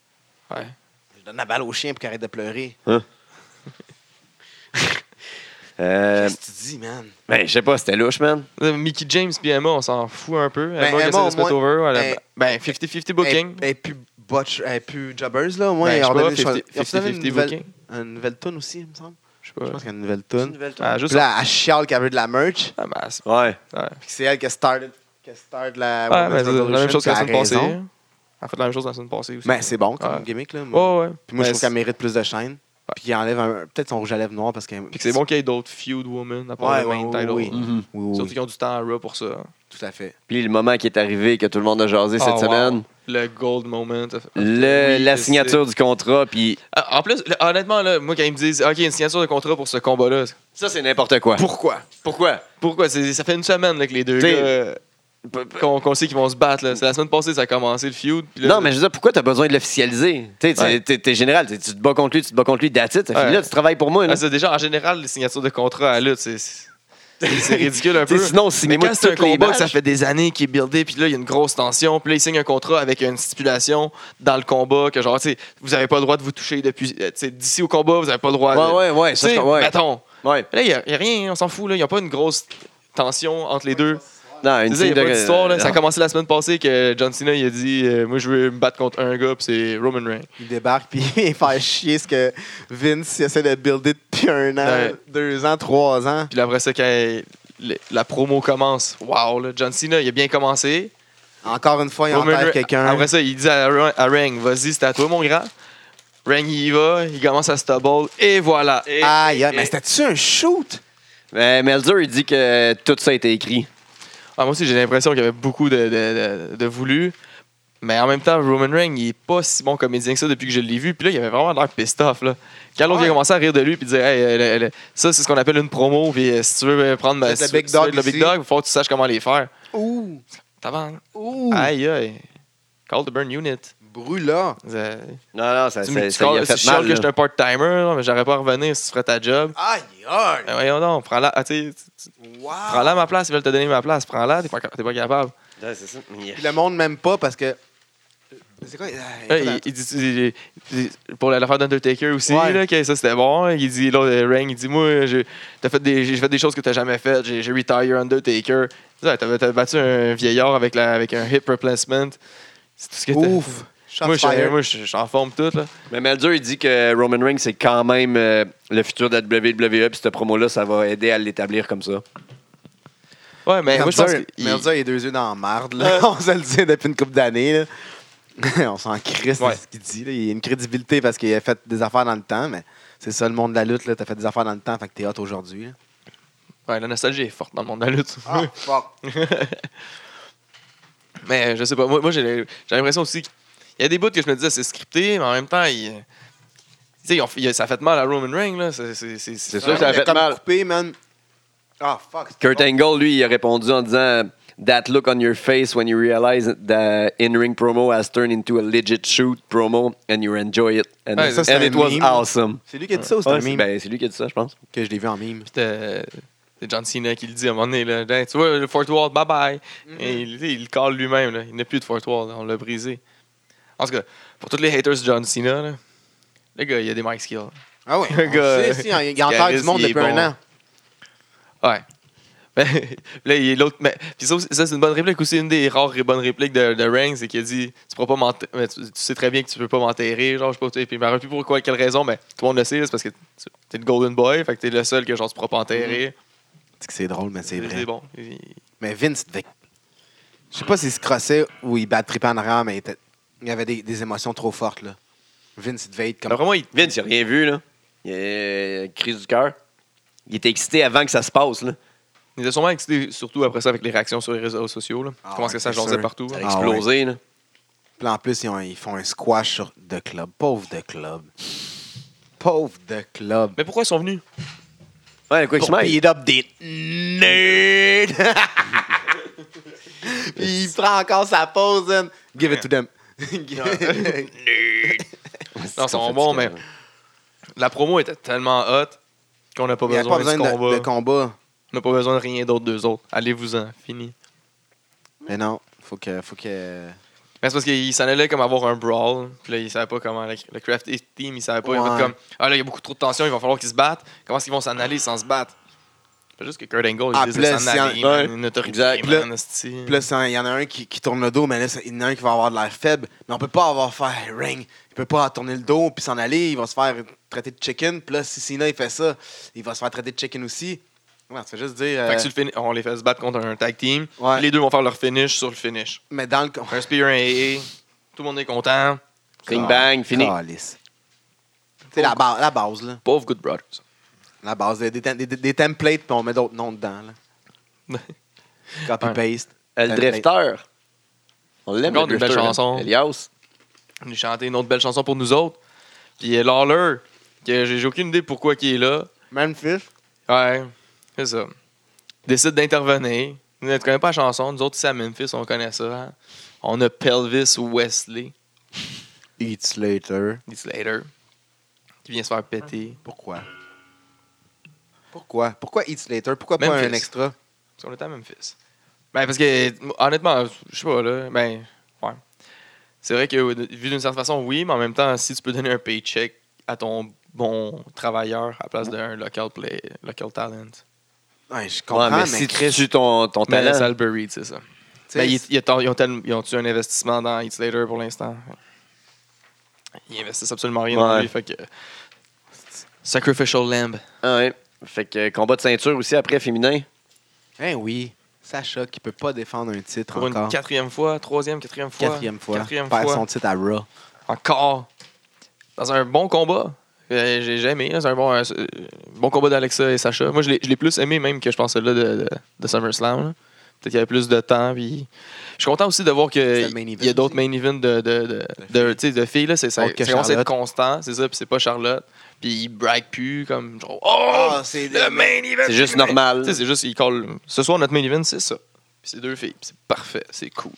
Ouais.
Je donne la balle au chien pour qu'il arrête de pleurer.
Euh,
Qu'est-ce que tu dis, man?
ben, je sais pas, c'était louche, man.
Là, Euh, Mickey James puis Emma, on s'en fout un peu.
Ben,
Emma,
Emma,
essaie de
au
se mettre
moins,
over. elle a-
elle-
ben, 50-50 booking.
Elle est plus botch, elle est plus jobbers, là. Au moins,
Ben, je sais
ils ont
pas,
donné des choses.
50
Ils ont donné
50-50
une nouvelle,
booking.
une nouvelle tune aussi, il me semble.
Je sais
Je
pas.
pense qu'il y a une nouvelle tune.
Ah, juste.
Puis là, elle chiale qu'elle veut de la merch,
Ah, ben, c'est-
Ouais.
ouais.
puis que c'est elle qui a started, qui a start la.
Ah,
Women's
mais c'est la même
Revolution,
chose que la
puis
semaine
elle a
passée.
raison.
En fait, la même chose que la semaine passée aussi.
Mais c'est bon comme
Ouais.
gimmick, là. Moi.
Ouais, ouais.
Puis moi, je
Mais
trouve
c'est-
qu'elle mérite plus de chaîne. Puis il enlève un- peut-être son rouge à lèvres noir parce que.
Puis que c'est bon qu'il y ait d'autres feud women à part
Ouais,
le main
ouais,
title. Mm.
oui, oui.
Mhm.
Oui, oui,
Surtout
oui,
qu'ils ont du temps à Raw pour ça.
tout à fait.
Puis le moment qui est arrivé, que tout le monde a jasé
Ah,
cette
wow.
semaine,
Le gold moment. of-
Mm. le-
Oui,
la
c'est-
signature du contrat, puis
Ah, En plus, le- honnêtement, là, moi, quand ils me disent OK, une signature de contrat pour ce combat-là, c'est-
ça, c'est n'importe quoi.
pourquoi
Pourquoi?
Pourquoi C'est- Ça fait une semaine là, que les deux
T'sais,
gars, euh, qu'on qu'on sait qu'ils vont se battre. là. C'est la semaine passée ça a commencé le feud. puis là-
Non, mais je veux dire, pourquoi t'as besoin de l'officialiser? Tu sais, t'es-
Ouais.
t'es- t'es général, t'es- tu te bats contre lui, tu te bats contre lui, that's it, ça
Ouais.
finit là, tu travailles pour moi. là.
Ah, c'est déjà, en général, les signatures de contrat à la lutte, c'est- c'est c'est ridicule un
Tu
peu.
sais, sinon,
Mais
signez-moi
quand c'est un
toutes les
combat, que
matchs.
ça fait des années qu'il est buildé, puis là, il y a une grosse tension, puis là, il signe un contrat avec une stipulation dans le combat que genre, tu sais, vous avez pas le droit de vous toucher depuis. euh, tu sais, D'ici au combat, vous avez pas le droit de.
Ouais, ouais, ouais.
Tu
ça, je
sais,
com- ouais.
mettons.
Ouais.
Là, il n'y a, y a rien, on s'en fout, là. Il n'y a pas une grosse tension entre les deux.
Non, une
C'est ça, il n'y a
team de- Ah.
pas d'histoire. là. Ça a
Non.
commencé la semaine passée que John Cena il a dit euh, Moi, je veux me battre contre un gars, puis c'est Roman Reigns.
Il débarque puis il fait chier ce que Vince il essaie de builder depuis un an,
Ouais.
deux ans, trois ans.
Puis là, après ça, quand le- la promo commence, wow, là, John Cena, il a bien commencé.
Encore une fois, il
Roman
enterre
Reigns-
quelqu'un.
Après ça, il dit à, Ra- à Rang Vas-y, c'est à toi, mon grand. Rang, il y va, il commence à stubble, et voilà. Et-
Aïe, aïe,
et-
mais c'était-tu un shoot?
Mais Euh, Melzer, il dit que tout ça a été écrit.
Ah, moi aussi, j'ai l'impression qu'il y avait beaucoup de, de, de- de voulu. Mais en même temps, Roman Reigns, il est pas si bon comédien que ça depuis que je l'ai vu. Puis là, il avait vraiment l'air pissed off. Là. Quand l'autre
Ouais.
vient commencer à rire de lui, puis dire hey, euh, le- le- ça, c'est ce qu'on appelle une promo. Puis euh, si tu veux euh, prendre ma,
C'est le
si tu veux-
big
si tu veux
dog
être le big
ici.
dog, il faut que tu saches comment les faire.
Ouh!
T'as
Ouh!
Aïe, aïe. Call the burn unit.
Brûlant!
Euh,
Non, non, ça,
tu
ça,
me- tu
ça lui a
calls- tu
fait
chiales
mal.
que
là.
je suis un part-timer, là, mais j'aurais pas à revenir si tu ferais ta job.
Aïe, aïe!
Ben voyons donc, prends-la. Ah, tu sais,
Wow!
prends-la à ma place, ils veulent te donner ma place. Prends-la, t'es pas, t'es pas capable.
Ouais, c'est ça. Il-
Puis le monde même pas parce que. C'est quoi?
Là, il, il dit, il- il- il- pour l'affaire d'Undertaker aussi,
Ouais.
là, que ça c'était bon. Il dit, là, euh, Reign, il dit, moi, j'ai t'as fait des, j'ai fait des choses que t'as jamais faites. J'ai, j'ai retire Undertaker. Il dit, Ouais, T'as, t'as battu un vieillard avec, la, avec un hip replacement. C'est tout ce que t'as.
Ouf! Shots
Moi, je,
fired.
moi, je, je suis en forme tout, là.
Mais Melzer, il dit que Roman Reigns, c'est quand même euh, le futur de la WWE, puis cette promo-là, ça va aider à l'établir comme ça.
Ouais,
Ben,
mais moi, je pense
Melzer,
qu'il-
Melzer, il a deux yeux dans la marde, là. On se le dit depuis une couple d'années, là. On s'en crisse de
Ouais.
ce qu'il dit, là. Il a une crédibilité parce qu'il a fait des affaires dans le temps, mais c'est ça le monde de la lutte, là. T'as fait des affaires dans le temps, fait que t'es hot aujourd'hui, là.
ouais, la nostalgie est forte dans le monde de la lutte.
Ah,
fuck!
Mais je sais pas, moi, moi, j'ai le- j'ai l'impression aussi qu'il y a des bouts que je me disais c'est scripté, mais en même temps, il- tu sais, ils ont- il a- ça a fait mal à Roman Reigns. là. C'est c'est- c'est-
C'est sûr que ça a fait mal.
coupé, man. Ah, fuck! c'est
Kurt
bon.
Angle, lui, il a répondu en disant That look on your face when you realize that in-ring promo has turned into a legit shoot promo and you enjoy it. And,
Ouais, ça,
c'est
and
un
it was
meme.
awesome.
C'est lui qui a dit ça ou c'est
Ouais,
un
c'est
meme?
ben, c'est lui qui a dit ça, je pense.
Que je l'ai vu en mime.
euh, C'est John Cena qui le dit à un moment donné. Là, Hey, tu vois, le Fort Wall, bye bye.
Mm-hmm.
Et il, il le colle lui-même. là. Il n'a plus de Fort Wall. là. On l'a brisé. En tout cas, pour tous les haters de John Cena, là, le gars, il a des mic skills.
Ah ouais.
Le gars-
on sait, si, hein. il y a encore du
Garis,
monde
il est
depuis un
bon.
an.
Ouais. Mais, là, il y a l'autre. mais- Puis ça, aussi- ça, c'est une bonne réplique aussi. Une des rares et bonnes répliques de, de Reigns, c'est qu'il a dit tu, pourras pas m'enterrer- mais tu, tu sais très bien que tu peux pas m'enterrer. Genre, je sais pas. tu sais, Puis il m'a rappelé pour quoi, quelle raison, mais tout le monde le sait, là, c'est parce que tu- t'es le Golden Boy, fait que t'es le seul que genre, tu pourras pas enterrer.
C'est que c'est drôle, mais c'est Mm, vrai.
bon. Il-
Mais Vince, devait- je sais pas s'il se crossait ou il bat trippait en arrière, mais il, était- il y avait des, des émotions trop fortes. Là. Vince, il devait être comme.
Alors, vraiment, il-
Vince, il a rien vu, là. Il a crise du cœur. Il était excité avant que ça se passe, là.
il était sûrement excité, surtout après ça, avec les réactions sur les réseaux sociaux. Là.
Ah
Comment
ouais,
que ça
c'est
jasait
sûr.
partout.
Ça a
là.
Ah
explosé, là.
Puis en plus, ils, ont- ils font un squash sur The Club. Pauvre The Club. Pauvre The Club.
Mais pourquoi ils sont venus
Ouais, le quick
Pour
smile.
beat up des nerds. Puis il prend encore sa pause. hein. Give it to them. Nerd.
Non, ils sont bons, mais la promo était tellement hot qu'on n'a pas,
Il n'y a pas
besoin
besoin
de ce
de,
combat.
de combat.
On n'a pas besoin de rien d'autre d'eux autres. Allez-vous-en. Fini.
Mais non, faut que, faut que.
Mais Ben, c'est parce qu'il s'en allait comme avoir un brawl. Puis là, il savait pas comment. Le, le craft team, il savait pas. Il
Ouais.
va comme. Ah là, il y a beaucoup trop de tension, il va falloir qu'ils se battent. Comment est-ce qu'ils vont s'en aller sans se battre? C'est juste que Kurt Angle,
Ah,
il dit
puis là,
de s'en
si
aller.
en-
man,
ouais.
Une autorité,
Exact.
man,
Puis
hostie.
Puis là, c'est- il y en a un qui, qui tourne le dos, mais là, c'est- il y en a un qui va avoir de l'air faible. Mais on peut pas avoir fait hey, ring. Il peut pas tourner le dos puis s'en aller. Il va se faire traiter de chicken. Puis là, si Cena, il fait ça, il va se faire traiter de chicken aussi. Ouais, tu fais juste dire. euh,
Fait que sur le fini- on les fait se battre contre un tag team.
Ouais.
Puis les deux vont faire leur finish sur le finish.
euh, Mais dans le. con-
Un spear, un AA. Tout le monde est content.
Bing bang, fini.
Calisse. C'est la, ba- la base, là.
Pauvre Good Brothers.
La base. Des, des, des- des templates, puis on met d'autres noms dedans, là. Copy-paste.
Le drifter. On l'aime,
Encore
le
une belle
drifter. là.
chanson.
Elias.
On a chanté une autre belle chanson pour nous autres. Puis euh, Lawler, que j'ai j'ai aucune idée pourquoi il est là.
Memphis.
Ouais, c'est ça. Décide d'intervenir. Nous, on ne connaît pas la chanson. Nous autres, ici à Memphis, on connaît ça. hein. On a Pelvis Wesley,
Eat Slater.
dit Slater, qui vient se faire péter.
Pourquoi? Pourquoi? Pourquoi Eat Slater? Pourquoi pas
Memphis.
un extra?
Parce qu'on est à Memphis. Ben, parce que, honnêtement, je sais pas, là. Ben, ouais. C'est vrai que, vu d'une certaine façon, oui, mais en même temps, si tu peux donner un paycheck à ton bon travailleur à la place d'un local, play, local talent.
Ouais, je
Ouais,
comprends,
mais,
mais,
si tu
Chris,
tues ton, ton
Mais
talent.
Salisbury, c'est ça.
tu sais,
Ben, ils, ils ont- ils ont tellement- ils ont eu un investissement dans Eats Later pour l'instant. Ils investissent absolument rien dans
Ouais.
lui. Fait que... Sacrificial Lamb.
Ah ouais. Fait que euh, combat de ceinture aussi après féminin.
eh oui, Sacha qui peut pas défendre un titre
Pour une
encore.
quatrième fois, troisième, quatrième fois.
Quatrième fois.
Quatrième
perd
fois.
son titre à Raw.
Encore. Dans un bon combat. Euh, J'ai jamais. C'est un bon, un- euh, bon combat d'Alexa et Sacha. Moi, je l'ai je l'ai plus aimé même que je pense celui-là de, de, de SummerSlam. là. Peut-être qu'il y avait plus de temps. Puis... Je suis content aussi de voir
C'était le main
qu'il y a
event
d'autres main events de, de, de, de, tu sais, de filles. là. C'est ça
Autre que
ça commence à être
Charlotte.
constant. C'est ça. Puis c'est pas Charlotte. Puis il brague plus comme genre, Oh,
Ah, c'est
le main event.
C'est juste
du main-
normal.
Tu sais, C'est juste, il colle. Ce soir, notre main event, c'est ça. Puis c'est deux filles. Puis c'est parfait. C'est cool.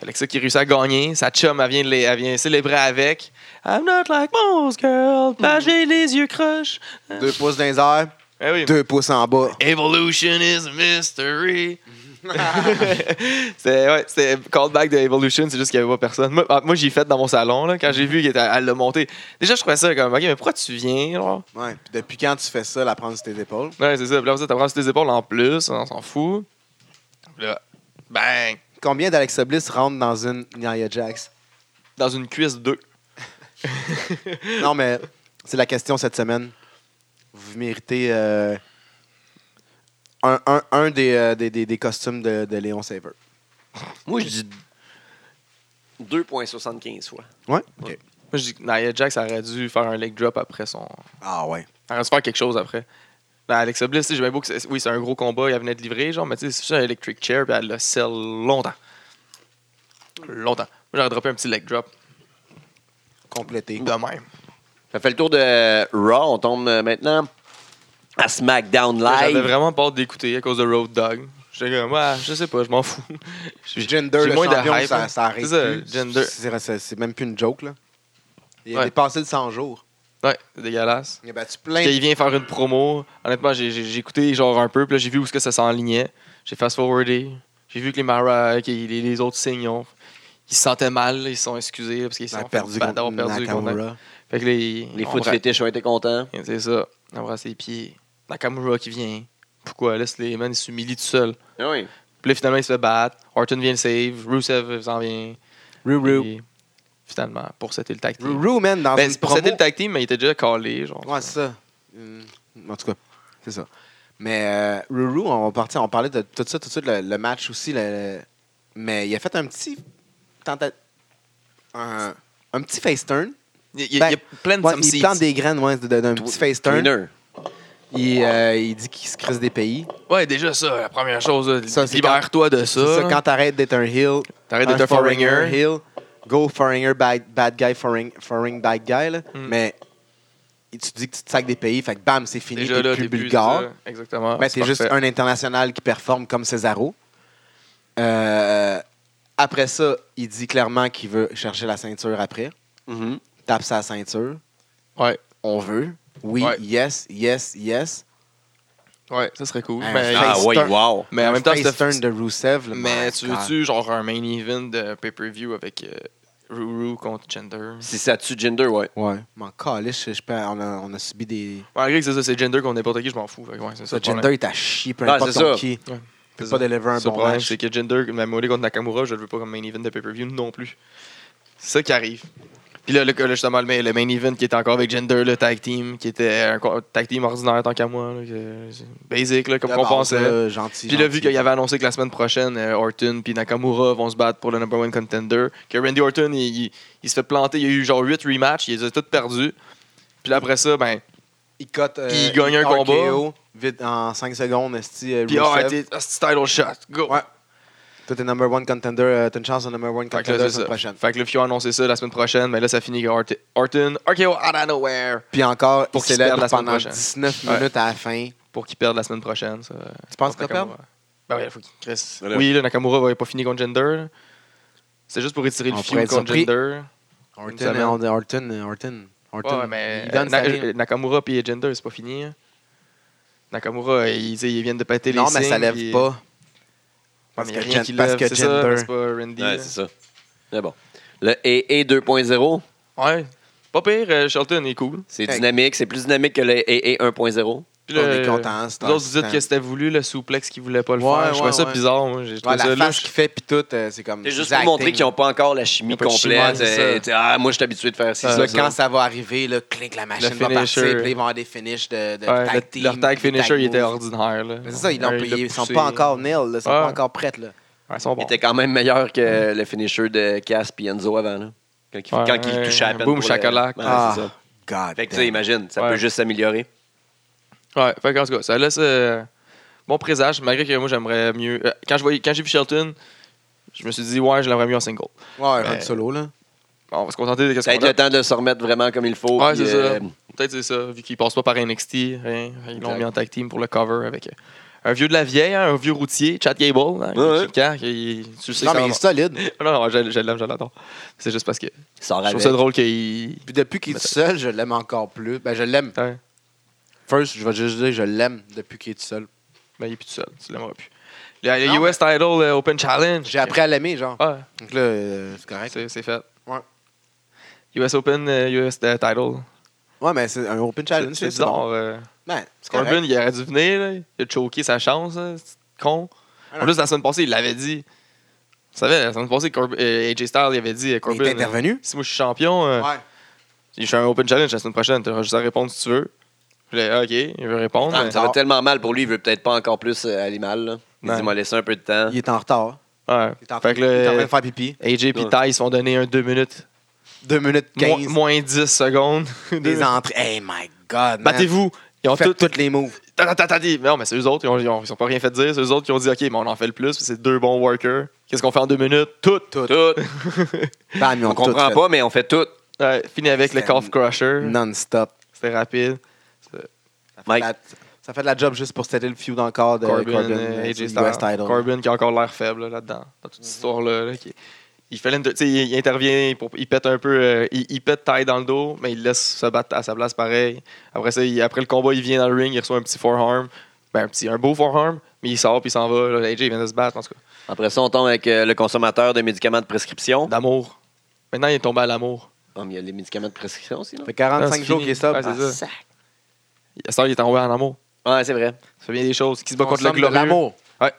Alexa qui réussit à gagner. Sa chum, elle vient, de les- elle vient célébrer avec. I'm not like most girls. Bah, j'ai les yeux croches.
Deux pouces dans les airs,
Eh oui.
deux pouces en bas.
Evolution is a mystery. c'est ouais, c'était callback de Evolution, c'est juste qu'il n'y avait pas personne. Moi, ah, moi j'ai fait dans mon salon là, quand j'ai vu qu'elle était- elle l'a monté. Déjà, je trouvais ça comme, ok, mais pourquoi tu viens? Genre?
Ouais, puis depuis quand tu fais ça, la prendre sur tes épaules?
Ouais, c'est ça. Puis là, ça t'apprends sur tes épaules en plus, on s'en fout. Puis là, bang!
Combien d'Alexa Bliss rentre dans une Nia Jax?
Dans une cuisse 2.
Non, mais c'est la question cette semaine. Vous méritez euh, un, un, un des, euh, des, des, des costumes de, de Léon Saver.
Moi, je dis 2,75 fois.
Ouais? OK.
Moi, je dis que Nia Jax aurait dû faire un leg drop après son.
Ah ouais.
Elle aurait dû faire quelque chose après. Là, Alexa Bliss, tu sais, j'ai bien beau que c'est- oui, c'est un gros combat, elle venait de livrer, genre, mais tu sais, c'est juste un electric chair, puis elle le sell longtemps. Longtemps. Moi, j'aurais droppé un petit leg drop.
Complété.
De même.
Ça fait le tour de Raw. On tombe euh, maintenant à SmackDown
J'avais
Live.
vraiment peur d'écouter à cause de Road Dog. J'étais comme, ouais, je sais pas, je m'en fous. J'ai-
Gender,
j'ai
le
moins de
champion,
hype,
ça,
hein.
ça arrive
C'est
plus.
ça, Gender.
C'est- c'est- C'est même plus une joke, là. Il a
Ouais.
dépassé le 100 jours.
Ouais, c'est dégueulasse.
Il a battu plein
Puis
de...
il vient faire une promo. Honnêtement, j'ai- j'ai j'ai écouté genre un peu, puis là, j'ai vu où ce que ça s'enlignait. J'ai fast-forwardé. J'ai vu que les Mara, que les, les autres signes, ont- ils se sentaient mal, ils se sont excusés là, parce qu'ils se
Il a
sont
Ben, perdu
fait battre
contre
d'avoir perdu contre-
Nakamura.
Fait que là, ils-
Les
on
foot
bra-
fétiches ont été contents.
C'est ça. On embrasse les pieds. Nakamura qui vient. Pourquoi? Laisse les man, il s'humilie tout seul.
Ah Oui.
Puis là, finalement, il se fait battre. Orton vient le save. Rusev s'en vient.
Roo, Roo.
Puis, finalement, pour setter le tag
Roo,
team.
Roo, man, dans
Ben,
une
c'est pour Euh, setter
promo.
le tag team, mais il était déjà calé. Genre,
Ouais, c'est ça. Hum, En tout cas, c'est ça. Mais euh, Ruru, on, partit, on parlait de tout ça, tout de suite, le, le match aussi. le- le- mais il a fait un petit tenta- un, un petit face turn.
il, il- il y
Ben,
a plein de
Ouais,
some
il
seeds.
plante des graines ouais, de- de- d'un petit face turn.
Tweener.
Il, euh, il dit qu'il se crisse des pays.
Ouais, déjà ça, la première chose, là,
Ça, c'est
libère-toi de
C'est
ça.
ça, quand t'arrêtes d'être un heel,
T'arrêtes
un
d'être un foreigner.
heel, go foreigner, bad, bad guy, foreign, foreign bad guy. là.
Mm.
Mais tu dis que tu te sacs des pays, fait que bam, c'est fini,
déjà
t'es
là,
plus
début,
bulgare.
c'est ça, Exactement.
Mais
c'est
t'es juste
parfait.
un international qui performe comme Cesaro. Euh, après ça, il dit clairement qu'il veut chercher la ceinture après.
Mhm.
Tape sa ceinture.
Ouais.
On veut. Oui,
Ouais.
yes, yes, yes.
Ouais, ça serait cool.
Un
mais
face
Ah oui,
turn.
wow.
mais en
Un
même temps,
face
c'était-
turn de Rusev. là,
Mais
my
tu
God.
veux-tu genre un main event de pay-per-view avec euh, Ruru contre Gender
Si ça tue Jinder, ouais.
Ouais. M'en calisse, je- je peux- on, a, on a subi des.
Malgré que c'est ça, c'est Gender contre n'importe qui, je m'en fous. Fait que ouais, Ah, c'est ça.
Ça,
le problème.
Gender, il t'a chié, peu
Ouais,
importe
c'est
contre
ça.
qui.
Ouais. C'est
Peut pas
ça.
délivrer un
C'est le
bon
problème,
match.
c'est que Gender, Mamori contre Nakamura, je le veux pas comme main event de pay-per-view non plus. C'est ça qui arrive. Puis là, le, là, justement, le main, le main event qui était encore avec Gender, le tag team, qui était un co- tag team ordinaire tant qu'à moi, là, que- c'est basic, là, comme
De
on
base,
pensait.
là, gentil.
Puis là,
gentil.
vu qu'il y avait annoncé que la semaine prochaine, euh, Orton puis Nakamura vont se battre pour le number one contender, que Randy Orton, il, il- il se fait planter, il y a eu genre 8 rematchs, il les a tous perdus. Puis là, après ça, ben,
il cote. euh,
il gagne un
RKO,
combat.
Vite, en 5 secondes, esti, euh,
puis ah,
Rusev.
t'es- ah, c'est title shot, go!
Ouais. Toi, t'es number one contender. euh, T'as une chance de number one
Fait que là,
contender la
c'est ça.
semaine prochaine.
Fait que là, Fio a annoncé ça la semaine prochaine, mais là, ça finit que Orton, Orton RKO out of nowhere,
Puis encore,
Pour
pour
qu'il
qu'il
se perde la
célèbre
semaine
pendant
prochaine.
19
Ouais.
minutes à la fin.
pour qu'il perde la semaine prochaine. Ça,
Tu penses qu'il va
Nakamura.
perdre?
Ben ouais, il faut qu'il Chris.
Voilà.
Oui, là, Nakamura va pas finir contre Gender. là. C'est juste pour étirer le
On
feud
pourrait être
contre
surpris.
Gender. Une
Orton,
semaine.
Orton, Orton, Orton. Orton,
Ouais, mais euh,
il donne
Na-
sa ligne.
Nakamura puis Gender, c'est pas fini. hein. Nakamura, ils, tu sais, ils viennent de péter
Non,
les
mais ça
signes,
lève
puis- Ouais,
pas. Parce
mais y a
que
rien
Gen-
qui
parce
lève,
que
c'est ça,
Gender-
C'est pas Randy.
Ouais,
là.
c'est ça. Mais bon. Le AA 2.0,
Ouais. Pas pire, euh, Shelton est cool.
c'est
Hey.
dynamique. C'est plus dynamique que le AA 1.0.
Puis
On
là,
est content. c'est
Vous autres,
un-
vous dites que c'était voulu, le souplex qui voulait pas le
Ouais,
faire. je trouvais
ouais,
ça
ouais.
bizarre. Moi, j'ai trouvé
Ouais,
ça
la face
louche.
qu'il fait, puis tout, euh, c'est comme.
C'est juste
du
pour montrer
acting.
qu'ils n'ont pas encore la chimie
Y a pas de chimie,
complète.
c'est ça.
euh, tu sais, ah, moi, je suis habitué de faire ci,
Ah,
ça,
Là,
ça.
quand Euh, ça va arriver, là, clink, la machine va
finisher.
partir, puis là, ils vont avoir des finishes de, de
Ouais,
tag
le-
team,
leur tag
puis
finisher, il était
move.
ordinaire. là.
Mais C'est ça, ils l'ont
Ouais,
payé.
l'a
Ils sont
poussé.
pas encore nil, là, ils sont
Ouais.
pas encore prêts. Là.
Ouais, ils sont
Il
bons.
était quand même meilleur que le finisher de Cass et Enzo avant. Là. Quand il,
Ouais,
quand il
ouais,
touchait à peine.
boom,
pour le-
shakalak.
Ouais,
Ah.
c'est ça.
God.
Fait que tu
damn.
sais, imagine, ça peut
Ouais.
juste s'améliorer.
Ouais, fait qu'en tout cas, ça laisse euh, bon présage, malgré que moi j'aimerais mieux. euh, quand je voyais- quand j'ai vu Shelton, je me suis dit, ouais, je l'aimerais mieux en single.
Ouais, un
Mais-
solo, là.
Bon, on va se contenter de ce
Ça va
qu'on
être le
a.
temps de se remettre vraiment comme il faut.
Ouais,
puis,
c'est
euh,
ça. Peut-être c'est ça, vu qu'il passe pas par NXT, rien. Ils l'ont
Exact.
mis en tag team pour le cover avec euh, un vieux de la vieille, hein, un vieux routier, Chad Gable. hein,
Ouais, ouais.
qui- qui- qui- qui- tu le sais
Non,
que ça
mais il est
va-
solide.
Ah non, non, je, je l'aime, je l'adore. C'est juste parce que
il sort
je trouve
avec.
ça drôle qu'il.
Puis depuis qu'il est tout seul, je l'aime encore plus. Ben, je l'aime.
Ouais.
First, je vais juste dire, je l'aime depuis qu'il est tout seul.
Ben, il est plus tout seul, tu l'aimeras plus. Le, le
Non,
US Title euh, Open Challenge.
J'ai appris à l'aimer, genre.
Ouais.
Donc là, euh, c'est correct.
C'est, c'est fait.
Ouais.
US Open, euh, US de- title.
Ouais, mais c'est un open challenge.
c'est, c'est
bon.
bizarre. euh.
Ben, c'est correct.
Corbin, il aurait dû venir. là. Il a choqué sa chance. là. C'est con.
Ah
En
non.
plus, la semaine passée, il l'avait dit. Vous savez, la semaine passée, Corb- euh, AJ Styles, il avait dit euh,
Il
Corbin.
est intervenu.
euh, Si moi je suis champion, euh,
Ouais.
je fais un open challenge la semaine prochaine. Tu juste à répondre si tu veux. Je l'ai ah, OK, il veut répondre.
Ah,
mais-
ça va tellement mal pour lui, il veut peut-être pas encore plus euh, aller mal. là. Il dit,
Ouais.
m'a laissé un peu de temps.
Il est en retard.
Ouais.
Il est en,
Fait que
il est en train
là,
de faire pipi.
AJ et Ty, ils se font donner un 2 minutes,
2 minutes
mo-
15.
moins 10 secondes.
des entrées. Hey my God. man.
Battez-vous. Ils ont
Faites
tout,
toutes les moves.
Tata, tata, dit. Mais non, mais c'est eux autres, ils ont, ils ont- ils ont pas rien fait dire. C'est eux autres qui ont dit, OK, mais on en fait le plus, puis c'est deux bons workers. Qu'est-ce qu'on fait en deux minutes? Tout!
Tout.
Tout.
Bam, ils ont
On
tout
comprend
fait.
pas, mais on fait tout.
Ouais, fini avec le
C'était-
calf crusher.
Non-stop.
C'était rapide.
Mike,
La- Ça fait de la job juste pour setter le feud encore de
Corbin,
Corbin,
euh,
euh,
AJ
sur
Styles.
US Title. Mhm.
Corbin qui a encore l'air faible là, là-dedans, dans toute cette histoire-là. là, qui- il, fait l'inter- tu sais, il, il intervient, pour, il pète un peu, euh, il, il pète taille dans le dos, mais il laisse se battre à sa place pareil. Après ça, il- après le combat, il vient dans le ring, il reçoit un petit forearm, ben, un, petit, un beau forearm, mais il sort puis il s'en va. Là, AJ vient de se battre, en tout cas.
après ça, on tombe avec euh, le consommateur de médicaments de prescription.
D'amour. Maintenant, il est tombé à l'amour.
Ah, mais il y a les médicaments de prescription aussi, là.
Ça fait
Ah,
45
c'est
jours
fini.
qu'il est sobre.
Ah, c'est
Ah,
ça. La sœur, il est envoyé en amour.
Ouais, c'est vrai.
Ça fait bien des choses. Qui se bat contre le
consomme de
glorieux.
L'amour.
Ouais.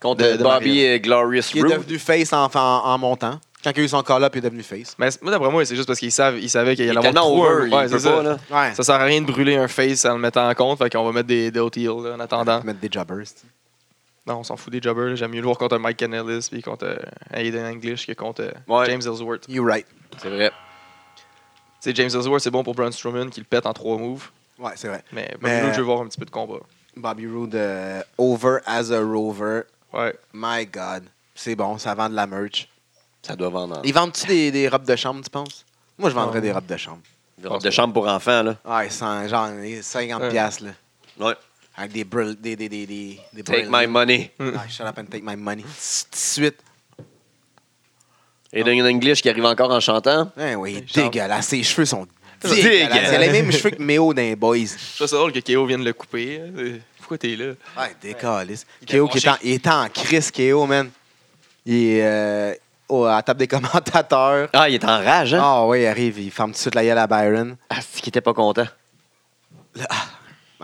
Contre
De-
euh,
de
Bobby euh, Glorious
Qui est
Rude.
devenu face en, en, en montant. Quand il a eu son call-up, il est devenu face.
Mais c'est- moi, d'après moi, c'est juste parce qu'ils savent, ils savaient qu'il
Il
y
est
allait avoir
tellement
trop un-
over,
ouais,
il
c'est
peut
ça.
pas, là.
Ouais.
Ça sert à rien de brûler un face en le mettant en compte. Fait qu'on va mettre des, des hot heels, là, en attendant.
Mettre des jobbers.
Non, on s'en fout des jobbers. là. J'aime mieux le voir contre Mike Canellis puis contre euh, Aiden English que contre euh,
Ouais.
James Ellsworth.
You right.
C'est vrai.
Tu sais, James Ellsworth, c'est bon pour Braun Strowman qui le pète en trois moves.
Ouais, c'est vrai.
Mais,
Mais-
mais... je veux voir un petit peu de combat.
Bobby Roode, euh, over as a rover.
Ouais.
My God. C'est bon, ça vend de la merch.
Ça doit vendre en
Ils vendent-tu des, des robes de chambre, tu penses? Moi, je vendrais
Oh.
des robes de chambre.
des robes de chambre pour enfants, là.
Ouais, 100, genre les 50
Ouais.
piastres, là.
Ouais.
Avec Ah, des brill... Des, des, des, des, des
Take
brill-
my money.
Ah, shut up and take my money. Tout de suite.
Et d'un English qui arrive encore en chantant.
Eh oui,
Il chante.
dégueulasse. Ses cheveux sont
Dégueulasse.
dégueulasses. C'est les mêmes cheveux que Méo dans les boys.
Je trouve ça drôle que KO vienne le couper. hein. C'est- Pourquoi t'es là?
Ouais, dégueulasse.
Il était
Kéo qui est en,
fâché.
il est en crise, Kéo, man. Il est euh, au- à la table des commentateurs.
Ah, il est en rage, hein?
Ah oui, il arrive, il ferme tout de suite la gueule à Byron.
Ah, c'est qu'il était pas content.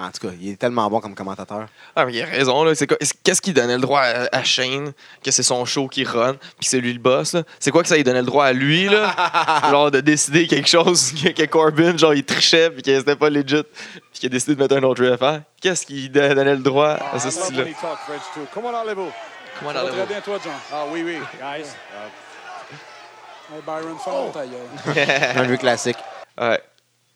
En tout cas, il est tellement bon comme commentateur.
Ah, mais il a raison. là. C'est quoi- est-ce- Qu'est-ce qui donnait le droit à, à Shane que c'est son show qui run puis c'est lui le boss? là? C'est quoi que ça lui donnait le droit à lui? Là? genre de décider quelque chose que, que Corbin, genre il trichait puis que c'était pas legit puis qu'il a décidé de mettre un autre UFR. Qu'est-ce qui don- donnait le droit
Ah,
à ce style-là?
Comment allez-vous?
Comment
Ça va Très bien, toi, John. Ah oui, oui. Ah. Oh. Nice. Hey, Byron, ferme ta gueule.
Un vieux classique.
Ouais.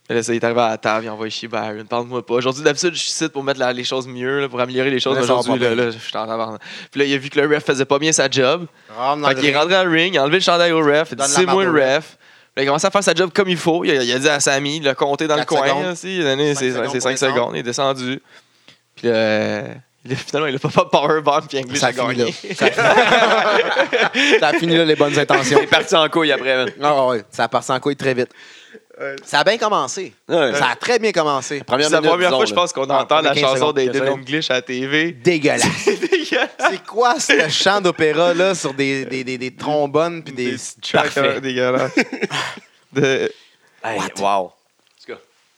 Là, ça, il est arrivé à la table, il a envoyé chez Byron. Parle-moi pas. Aujourd'hui, d'habitude, je suis ici pour mettre la- les choses mieux, là, pour améliorer les choses.
Là,
Mais
ça va
Aujourd'hui,
pas
là,
bien.
là, je suis en avant. Puis là, il a vu que le ref faisait pas bien sa job.
Rentre dans
Fait
le
qu'il est
ring.
rentré dans le ring, il a enlevé le chandail au ref, il a
Donne
dit
la
c'est moi le
marde au
ref. Puis là, il a commencé à faire sa job comme il faut. Il a, il a dit à Samy, il l'a compté dans le
Quatre
coin.
secondes.
là, si, il a donné
Cinq
ses
secondes
5
pour
secondes,
descendre.
il est descendu. Puis euh, il a- finalement, il a pas fait powerbomb puis English
Ça
a
a fini là.
gagné.
Ça a fini- Ça a fini là les bonnes intentions.
Il est parti en couille après, man.
Ah ouais, ça part en couille très vite.
Ouais.
Ça a bien commencé.
Ouais.
Ça a très bien commencé.
Puis
Première
C'est la
minute,
première
disons,
fois, je
là.
pense, qu'on
Ah,
entend la
15
chanson
secondes,
d'Aiden
15 secondes.
English à la TV.
Dégueulasse.
Dégueulasse.
C'est quoi ce chant d'opéra là sur des, des, des, des trombones puis des.
euh, Des tracks,
Parfait.
euh, dégueulasses. De-
Hey, wow.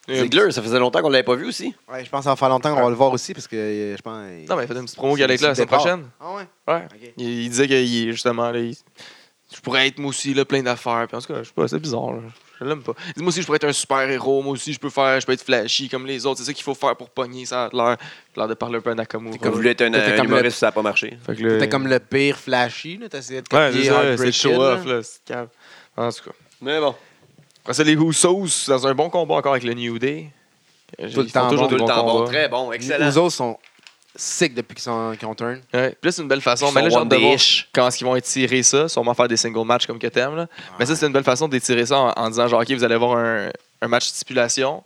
Ziggler, ça faisait longtemps qu'on l'avait pas vu aussi.
Ouais, je pense que ça va faire longtemps qu'on va le voir aussi parce que euh, je pense. il-
Non, mais il fait une petite promo qui
c'est-
allait être là la
c'est
semaine
le départ.
prochaine.
Ah ouais?
Ouais.
Ok.
Il, il disait que il- justement, là, il- je pourrais être moi aussi là, plein d'affaires. Puis en tout cas, je sais pas, c'est bizarre. là. Je l'aime pas. Il dit, moi aussi, je pourrais être un super héros. Moi aussi, je peux faire, je peux être flashy comme les autres. C'est ça qu'il faut faire pour pogner. Ça a l'air, j'ai l'air de parler un peu à Nakamura.
Comme voulu être un,
C'était
un
comme
humoriste, ça n'a pas marché.
Fait que là-
T'es comme le pire flashy, là. T'as essayé de
Ouais, c'est
copier
ça,
Heartbreak
c'est le
Kid, là.
show-off, là. c'est calme. En tout cas.
Mais bon,
Après ça, les Usos, dans un bon combat encore avec le New Day. Ils
le
font
temps
toujours des
bon,
tout le
bons
temps bon,
combats.
très bon, excellent.
Les autres sont sick depuis qu'ils sont qu'on turn.
Ouais. Puis là, c'est une belle façon.
Ils
Mais là,
sont
j'ai hâte de voir
one-ish.
comment est-ce qu'ils vont étirer ça. Sûrement faire des single matchs comme que t'aimes. Là. Mais ça, c'est une belle façon d'étirer ça en, en disant genre, OK, vous allez avoir un, un match stipulation.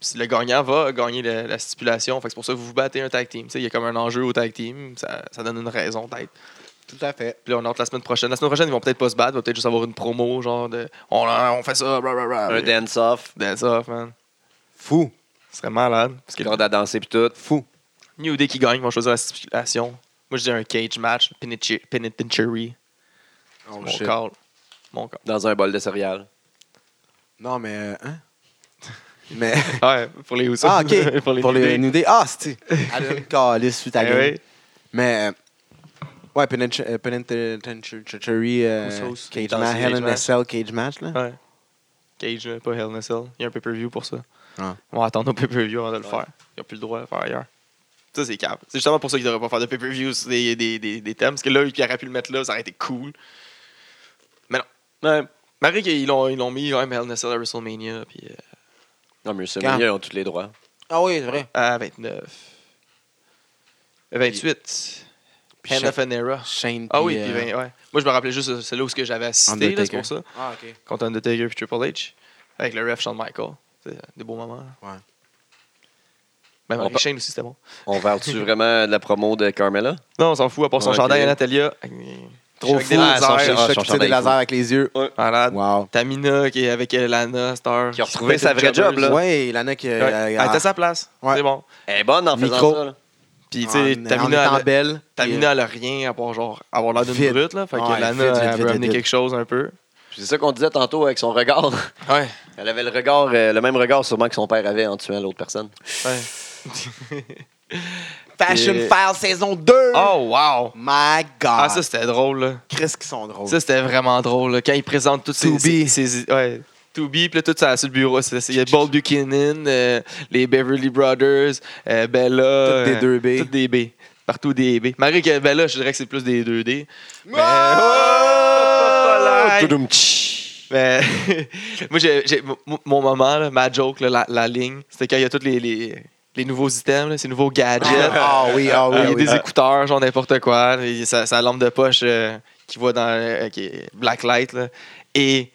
Puis si le gagnant va gagner le- la stipulation. Fait que c'est pour ça que vous vous battez un tag team. Tu sais, Il y a comme un enjeu au tag team. Ça, ça donne une raison d'être.
Tout à fait.
Puis là, on entre la semaine prochaine. La semaine prochaine, ils vont peut-être pas se battre. Ils vont peut-être juste avoir une promo. Genre, de, on, on fait ça. Blah, blah, blah.
Un dance-off,
That's off, man.
Fou.
Ce serait malade. Parce que
corde à danser puis tout.
Fou.
New Day qui gagne, ils vont choisir la stipulation. Moi, je dis un cage match, penitentiary. penitentiary.
Oh,
mon
shit.
call. Mon call.
Dans un bol de céréales.
Non, mais. euh, hein? Mais.
Ouais, pour les Usos.
Ah, OK.
pour les
Pour
New
les
Day.
New Day. Ah, c'est. Elle a une calice suite à
Eh
gueule.
oui.
Mais. euh, Ouais, Penitentiary. euh, Penitentiary. euh,
Usos.
Cage
Dans
match.
ce
Hell
cage
in a
match. Ah.
Cell Cage match, là.
Ouais. Cage, euh, pas Hell in a Cell. Il y a un pay-per-view pour ça.
Ah.
On va attendre au pay-per-view avant de le faire. Ils n'ont plus le droit de le faire ailleurs. Ça, c'est cap. C'est justement pour ça qu'ils devraient pas faire de pay-per-view sur des, des, des, des thèmes. Parce que là, ils auraient pu le mettre là, ça aurait été cool. Mais non.
Ouais.
Marie, qu'ils l'ont- ils l'ont mis, ouais, mais Hell in a Cell à WrestleMania. Puis, euh,
Non, mais ce
Quand?
milieu, ils ont tous les droits.
Ah oui, c'est vrai.
à 29. Euh, 28.
Puis
Hand
Shane-
of an Era.
Shane.
Ah oui,
puis,
puis
euh,
20, ouais. Moi, je me rappelais juste celle-là où ce que j'avais assisté, là, c'est
Undertaker.
pour ça.
Ah, ok.
Contre Undertaker puis Triple H. Avec le ref Shawn Michael. C'est des beaux moments. là.
Ouais.
Même
On
avec
pa-
Shane aussi, c'était bon.
On vertu vraiment de la promo de Carmela?
Non, on s'en fout, à part son
Ouais,
chandail
ok.
à Natalia.
Trop
Avec
fou.
des lasers.
Ah,
Ah,
Choc
son
qui tire des
chandail
lasers
fou.
avec les yeux.
Malade.
Wow.
Tamina qui est avec Lana, Star.
Qui a retrouvé sa vraie job, là.
Ouais, Lana qui.
Ouais.
euh,
Elle était
a-
à sa place.
Ouais.
C'est bon.
Elle est bonne en
Micro.
faisant ça. là.
Puis, tu
en-
sais,
en étant
Tamina, elle-
belle.
Tamina, elle a rien à part genre avoir l'air d'une
Vite.
brute, là. Fait que
Ouais,
Lana,
vite, vite,
elle
vite,
veut amener
vite.
quelque chose un peu.
C'est ça qu'on disait tantôt avec son regard.
Ouais.
Elle avait le regard, euh, le même regard sûrement que son père avait en tuant l'autre personne.
Ouais.
euh, Fashion
Et-
File saison 2.
Oh, wow!
My God.
Ah, ça, c'était drôle, là.
Chris qui sont drôles.
Ça, c'était vraiment drôle, là. Quand il présente toutes
To
ces...
be.
ces, ces- ouais. To be, puis là, tout ça, sur le bureau. C'est- c'est- Il y a Bold Buchanan, euh, les Beverly Brothers, euh, Bella...
Toutes des
euh,
2B.
Toutes des B. Partout des B. Marie que Bella, je dirais que c'est plus des 2D. Mais...
Ah!
Oh!
Oh!
Toudoum, tch.
Mais moi, j'ai, j'ai- mon- mon moment, là, ma joke, là, la, la ligne, c'était quand il y a tous les, les, les nouveaux items, là, ces nouveaux gadgets.
Ah oui, ah oui.
Euh, il y a
oui.
des écouteurs, genre n'importe quoi. Il y a sa, sa lampe de poche euh, qui voit dans euh, qui est Blacklight. Là. Et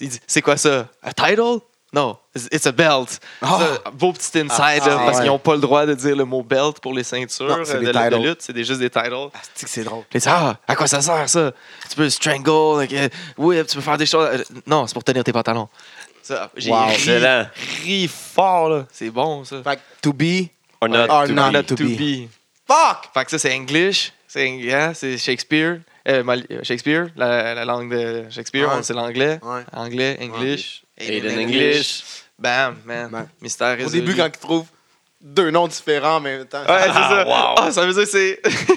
il dit C'est quoi ça A title Non, it's it's a belt.
Ah!
Ça, beau petit inside,
Ah,
là,
ah,
parce
ouais.
qu'ils n'ont pas le droit de dire le mot belt pour les ceintures
Non, c'est
euh, de,
des
la- de
titles.
lutte. C'est des- juste des titles.
Ah, c'est-tu que c'est drôle.
Puis il dit, Ah, à quoi ça sert ça Tu peux strangle, like, euh, whip, tu peux faire des choses. Euh, Non, c'est pour tenir tes pantalons. Ça, j'ai
Wow.
ri,
Excellent.
ri fort, là. C'est bon, ça.
Fait que to be.
Or not
Or
to
not.
be.
Not
to
to
be.
be.
Fuck!
Fait que ça, c'est English, c'est ing- hein, c'est Shakespeare. euh, mal- euh, Shakespeare, la, la langue de Shakespeare,
Ouais.
on- c'est l'anglais.
Ouais.
Anglais, English.
Aid
Aid in
in English.
Bam, man.
Man.
Mystère
Au
résolu.
début, quand ils trouvent deux noms différents en même temps.
euh, Ouais, c'est ça.
wow.
Ah, ça veut dire que c'est.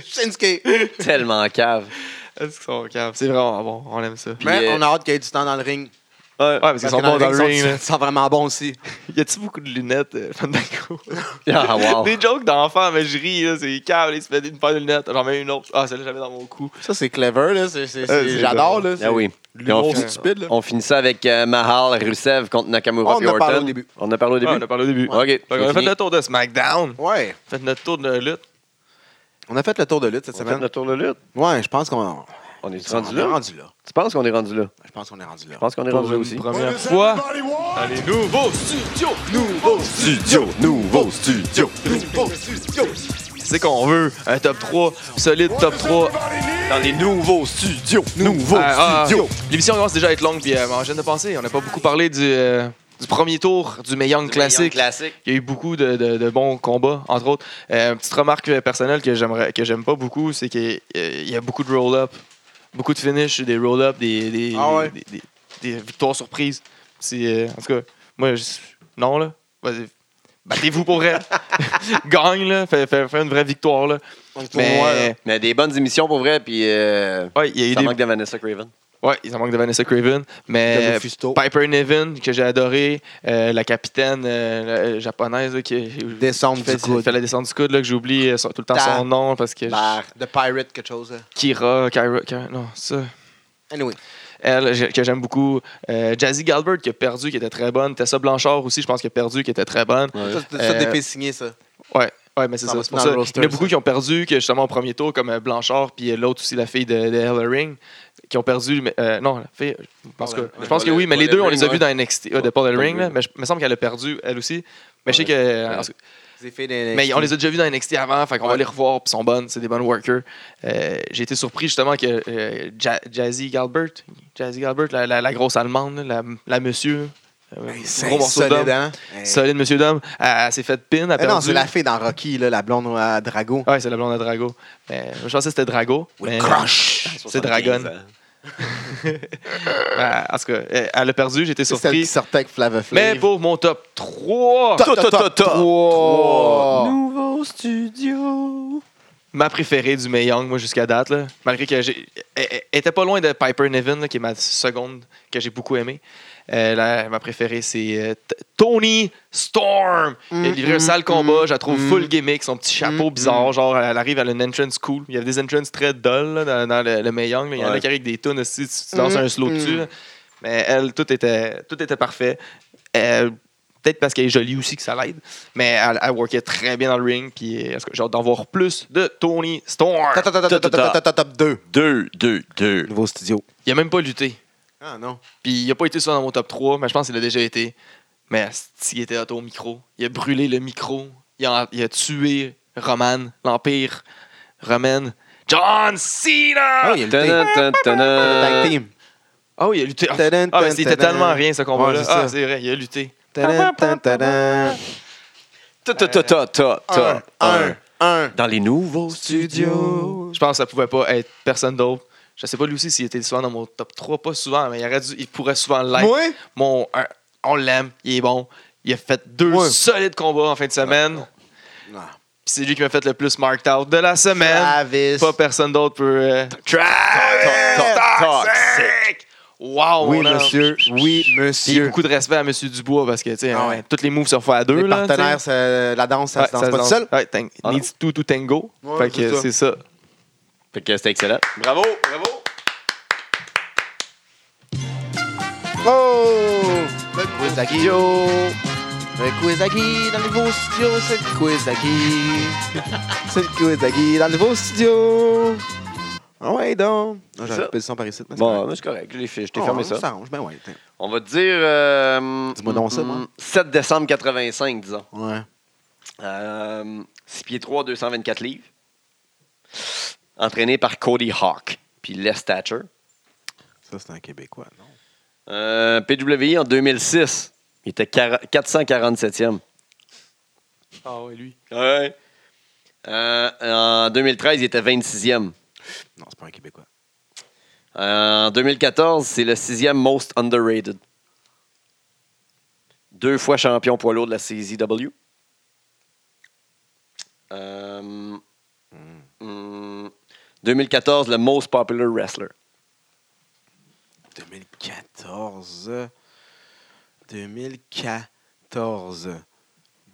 Shinsuke.
Tellement cave.
Est-ce qu'ils sont capables? C'est vraiment bon, on aime ça. Ouais,
Puis,
Mais
euh,
on a hâte qu'il y ait du temps dans le ring.
parce qu'ils sont bons dans le ring.
Ils sont-
là.
sont vraiment bons aussi.
Y a-tu beaucoup de lunettes, euh, Fandango?
Ah, wow.
Des jokes d'enfants, mais je ris, là, c'est câble, ils se mettent une paire de lunettes, j'en mets une autre. Ah, celle-là, j'avais dans mon cou.
Ça, c'est clever, là. C'est- c'est- c'est-
c'est
J'adore, là.
Ah oui. Puis on,
L'humour
finit-
stupide, là. Oh,
on finit ça avec euh, Mahal, Rusev contre Nakamura
On
puis
en a parlé
Orton.
au début.
On en a parlé au début.
Ouais, Ah, on a parlé au début.
OK.
Fait qu'on a
c'est
fait
fini.
le tour de SmackDown,
Ouais.
fait notre tour de lutte.
On a fait le tour de lutte cette
On a fait
semaine.
notre tour de lutte.
Ouais, je pense qu'on
On est
on
rendu là.
est rendu là.
Tu penses qu'on est rendu là?
Je pense qu'on est rendu là.
Je pense qu'on est rendu là aussi.
Première fois dans les nouveaux studios.
Nouveau studio, nouveau studio, nouveau studio.
C'est qu'on veut un top 3, solide top 3.
Dans les nouveaux studios.
Nouveau
Ah, ah,
studio.
L'émission commence déjà à être longue, puis euh, je viens de penser, on n'a pas beaucoup parlé du, euh, du premier tour du Mae Young Classic.
Classique.
Il y a eu beaucoup de, de- de bons combats, entre autres. Euh, une petite remarque euh, personnelle que j'aimerais que j'aime pas beaucoup, c'est qu'il y a beaucoup de roll-up. Beaucoup de finish, des roll-up, des, des,
Ah ouais.
des- des- des victoires surprises. C'est, euh, en tout cas, moi, je- Non, là. Vas-y. Battez-vous pour elle. Gagne, là. Fais, fais- fais une vraie victoire, là. Mais,
Mais des bonnes émissions pour vrai, puis euh,
ouais, il y a eu
ça
des.
manque de Vanessa Craven.
Ouais, il en manque de Vanessa Craven. Mais
De Mephisto.
Piper Niven, que j'ai adoré. euh, la capitaine euh, la- euh, japonaise, là, qui.
Descendre
qui fait,
du coude.
fait la descente du coude, là, que j'oublie euh, son- tout le temps
Ta-
son nom parce que. je-
Par ben, The Pirate, quelque chose. là.
Kira, Kyra, Kyra- non, ça.
Anyway.
Elle, j'ai- que j'aime beaucoup. Euh, Jazzy Galbert, qui a perdu, qui était très bonne. Tessa Blanchard aussi, je pense, qui a perdu, qui était très bonne.
Ça, c'est
Euh,
ça, d'épée signée, ça.
Ouais, ouais, mais c'est
Dans
ça.
le-
c'est pour
dans
ça.
le roster,
Il y en a beaucoup
ça.
qui ont perdu, que justement au premier tour, comme euh, Blanchard, puis euh, l'autre aussi, la fille de, de Hellering, qui ont perdu. mais, euh, non, la fille, je pense, que,
Paul-
je pense que
Paul-
oui, mais
Paul
les deux, on les a
Hellering,
vus dans NXT, euh, de Paul Hellering, là, mais je- il me semble qu'elle a perdu, elle aussi. Mais je sais que. euh, en tout cas,
Vous avez fait des-
mais on les a déjà vus dans NXT avant, fait qu'on va les revoir, puis ils sont bonnes, c'est des bonnes workers. Euh, J'ai été surpris justement que euh, Ja- Jazzy Galbert, Jazzy Galbert, la, la- la grosse allemande, là, la, la monsieur, là, euh,
Hey, c'est
gros morceau
solide,
d'homme,
hein? Hey.
solide monsieur d'homme, elle, elle s'est faite pin, elle a
Eh non,
perdu.
c'est la fille dans Rocky, là, la blonde à Drago.
Ouais, c'est la blonde à Drago. Mais, je pensais que c'était Drago. mais-
Crush!
C'est Dragon. Ouais, en tout cas, elle elle a perdu, j'étais
C'est celle
surpris.
qui sortait avec Flava Flav.
Mais pour mon top 3,
Top, top, top, top. Wow.
Nouveau studio.
ma préférée du Mae Young, moi, jusqu'à date. Là, malgré que j'ai. Elle elle était pas loin de Piper Nevin, là, qui est ma seconde que j'ai beaucoup aimée. Euh, la- ma préférée, c'est euh, T- Tony Storm. Elle a livré un sale combat, je la trouve full gimmick, son petit chapeau bizarre. Genre, elle arrive à une entrance cool. Il y avait des entrances très dull là, dans, dans le, le Mae Young. là. Il y en a
Ouais.
qui arrivent avec des tunes aussi, tu, tu lances un slow dessus. là. Mais elle, tout était, tout était parfait. Euh, Peut-être parce qu'elle est jolie aussi que ça l'aide. Mais elle, elle workait très bien dans le ring. Puis euh, en tout cas, j'ai hâte d'en voir plus de Tony Storm.
Top, top, top, top, top, top, top, top, top 2.
2, 2, 2.
Nouveau studio.
Il a même pas lutté.
Ah non.
Puis il a pas été souvent dans mon top 3, mais je pense qu'il a déjà été. Mais il était hot au micro. Il a brûlé le micro. Il a, il a tué Roman, l'Empire romaine. John Cena!
Ah oui, il y a le tag team.
Ah oui, il a lutté. Ah,
Tadam,
mais c'était
tadam.
tellement rien ce combat-là.
Ouais, c'est ça.
ah, c'est vrai, il a lutté.
Tadam, tadam, tadam.
Ta ta ta ta ta
Un,
ta.
un, un.
Dans les nouveaux
Studio.
Je pense que ça pouvait pas être personne d'autre. Je sais pas lui aussi s'il était souvent dans mon top 3, pas souvent, mais il, aurait dû, il pourrait souvent l'être.
Moi?
Mon, un- on l'aime, il est bon. Il a fait deux
Ouais. Ah,
solides combats en fin de semaine.
Non.
Puis c'est lui qui m'a fait le plus marked out de la semaine.
Travis.
Pas personne d'autre peut. euh, Travis Toxic! Wow,
Oui,
mon homme.
monsieur. Oui,
Puis
monsieur.
beaucoup de respect à M. Dubois parce que, tu sais,
Ah
hein,
ouais.
tous les moves se refont à deux.
Les
là, tu sais.
partenaires, ça- la danse, ça
Ouais,
se danse pas tout
danse.
seul. Ah
Ouais, tang- Needs two to tango.
Ouais,
fait
c'est
que
ça.
c'est ça.
Fait que c'était excellent. Bravo, bravo.
Oh! Le quiz à Guy. Le quiz à Guy dans le nouveau studio, c'est le quiz à Guy. C'est le quiz à Guy dans le nouveau studio. Ah ouais, donc. Ah,
ça.
J'aurais coupé le son par ici. mais c'est
Bon,
correct.
mais c'est correct, je l'ai fait, je t'ai
Ah,
fermé
on
ça.
s'arrange, ben ouais. t'es-
On va te dire. euh,
Dis-moi donc ça, moi.
7 décembre 85, disons.
Ouais.
Euh, 6 pieds 3, 224 livres. Entraîné par Cody Hawk puis Les Thatcher.
Ça, c'est un Québécois, non?
Euh, PWI en 2006, il était 40- 447e.
Ah ouais, lui.
Ouais. Euh, en 2013, il était 26e.
Non, c'est pas un Québécois.
Euh, En 2014, c'est le sixième most underrated. Deux fois champion poids lourd de la CZW. Euh, hmm, 2014, le most popular wrestler.
2014. 2014.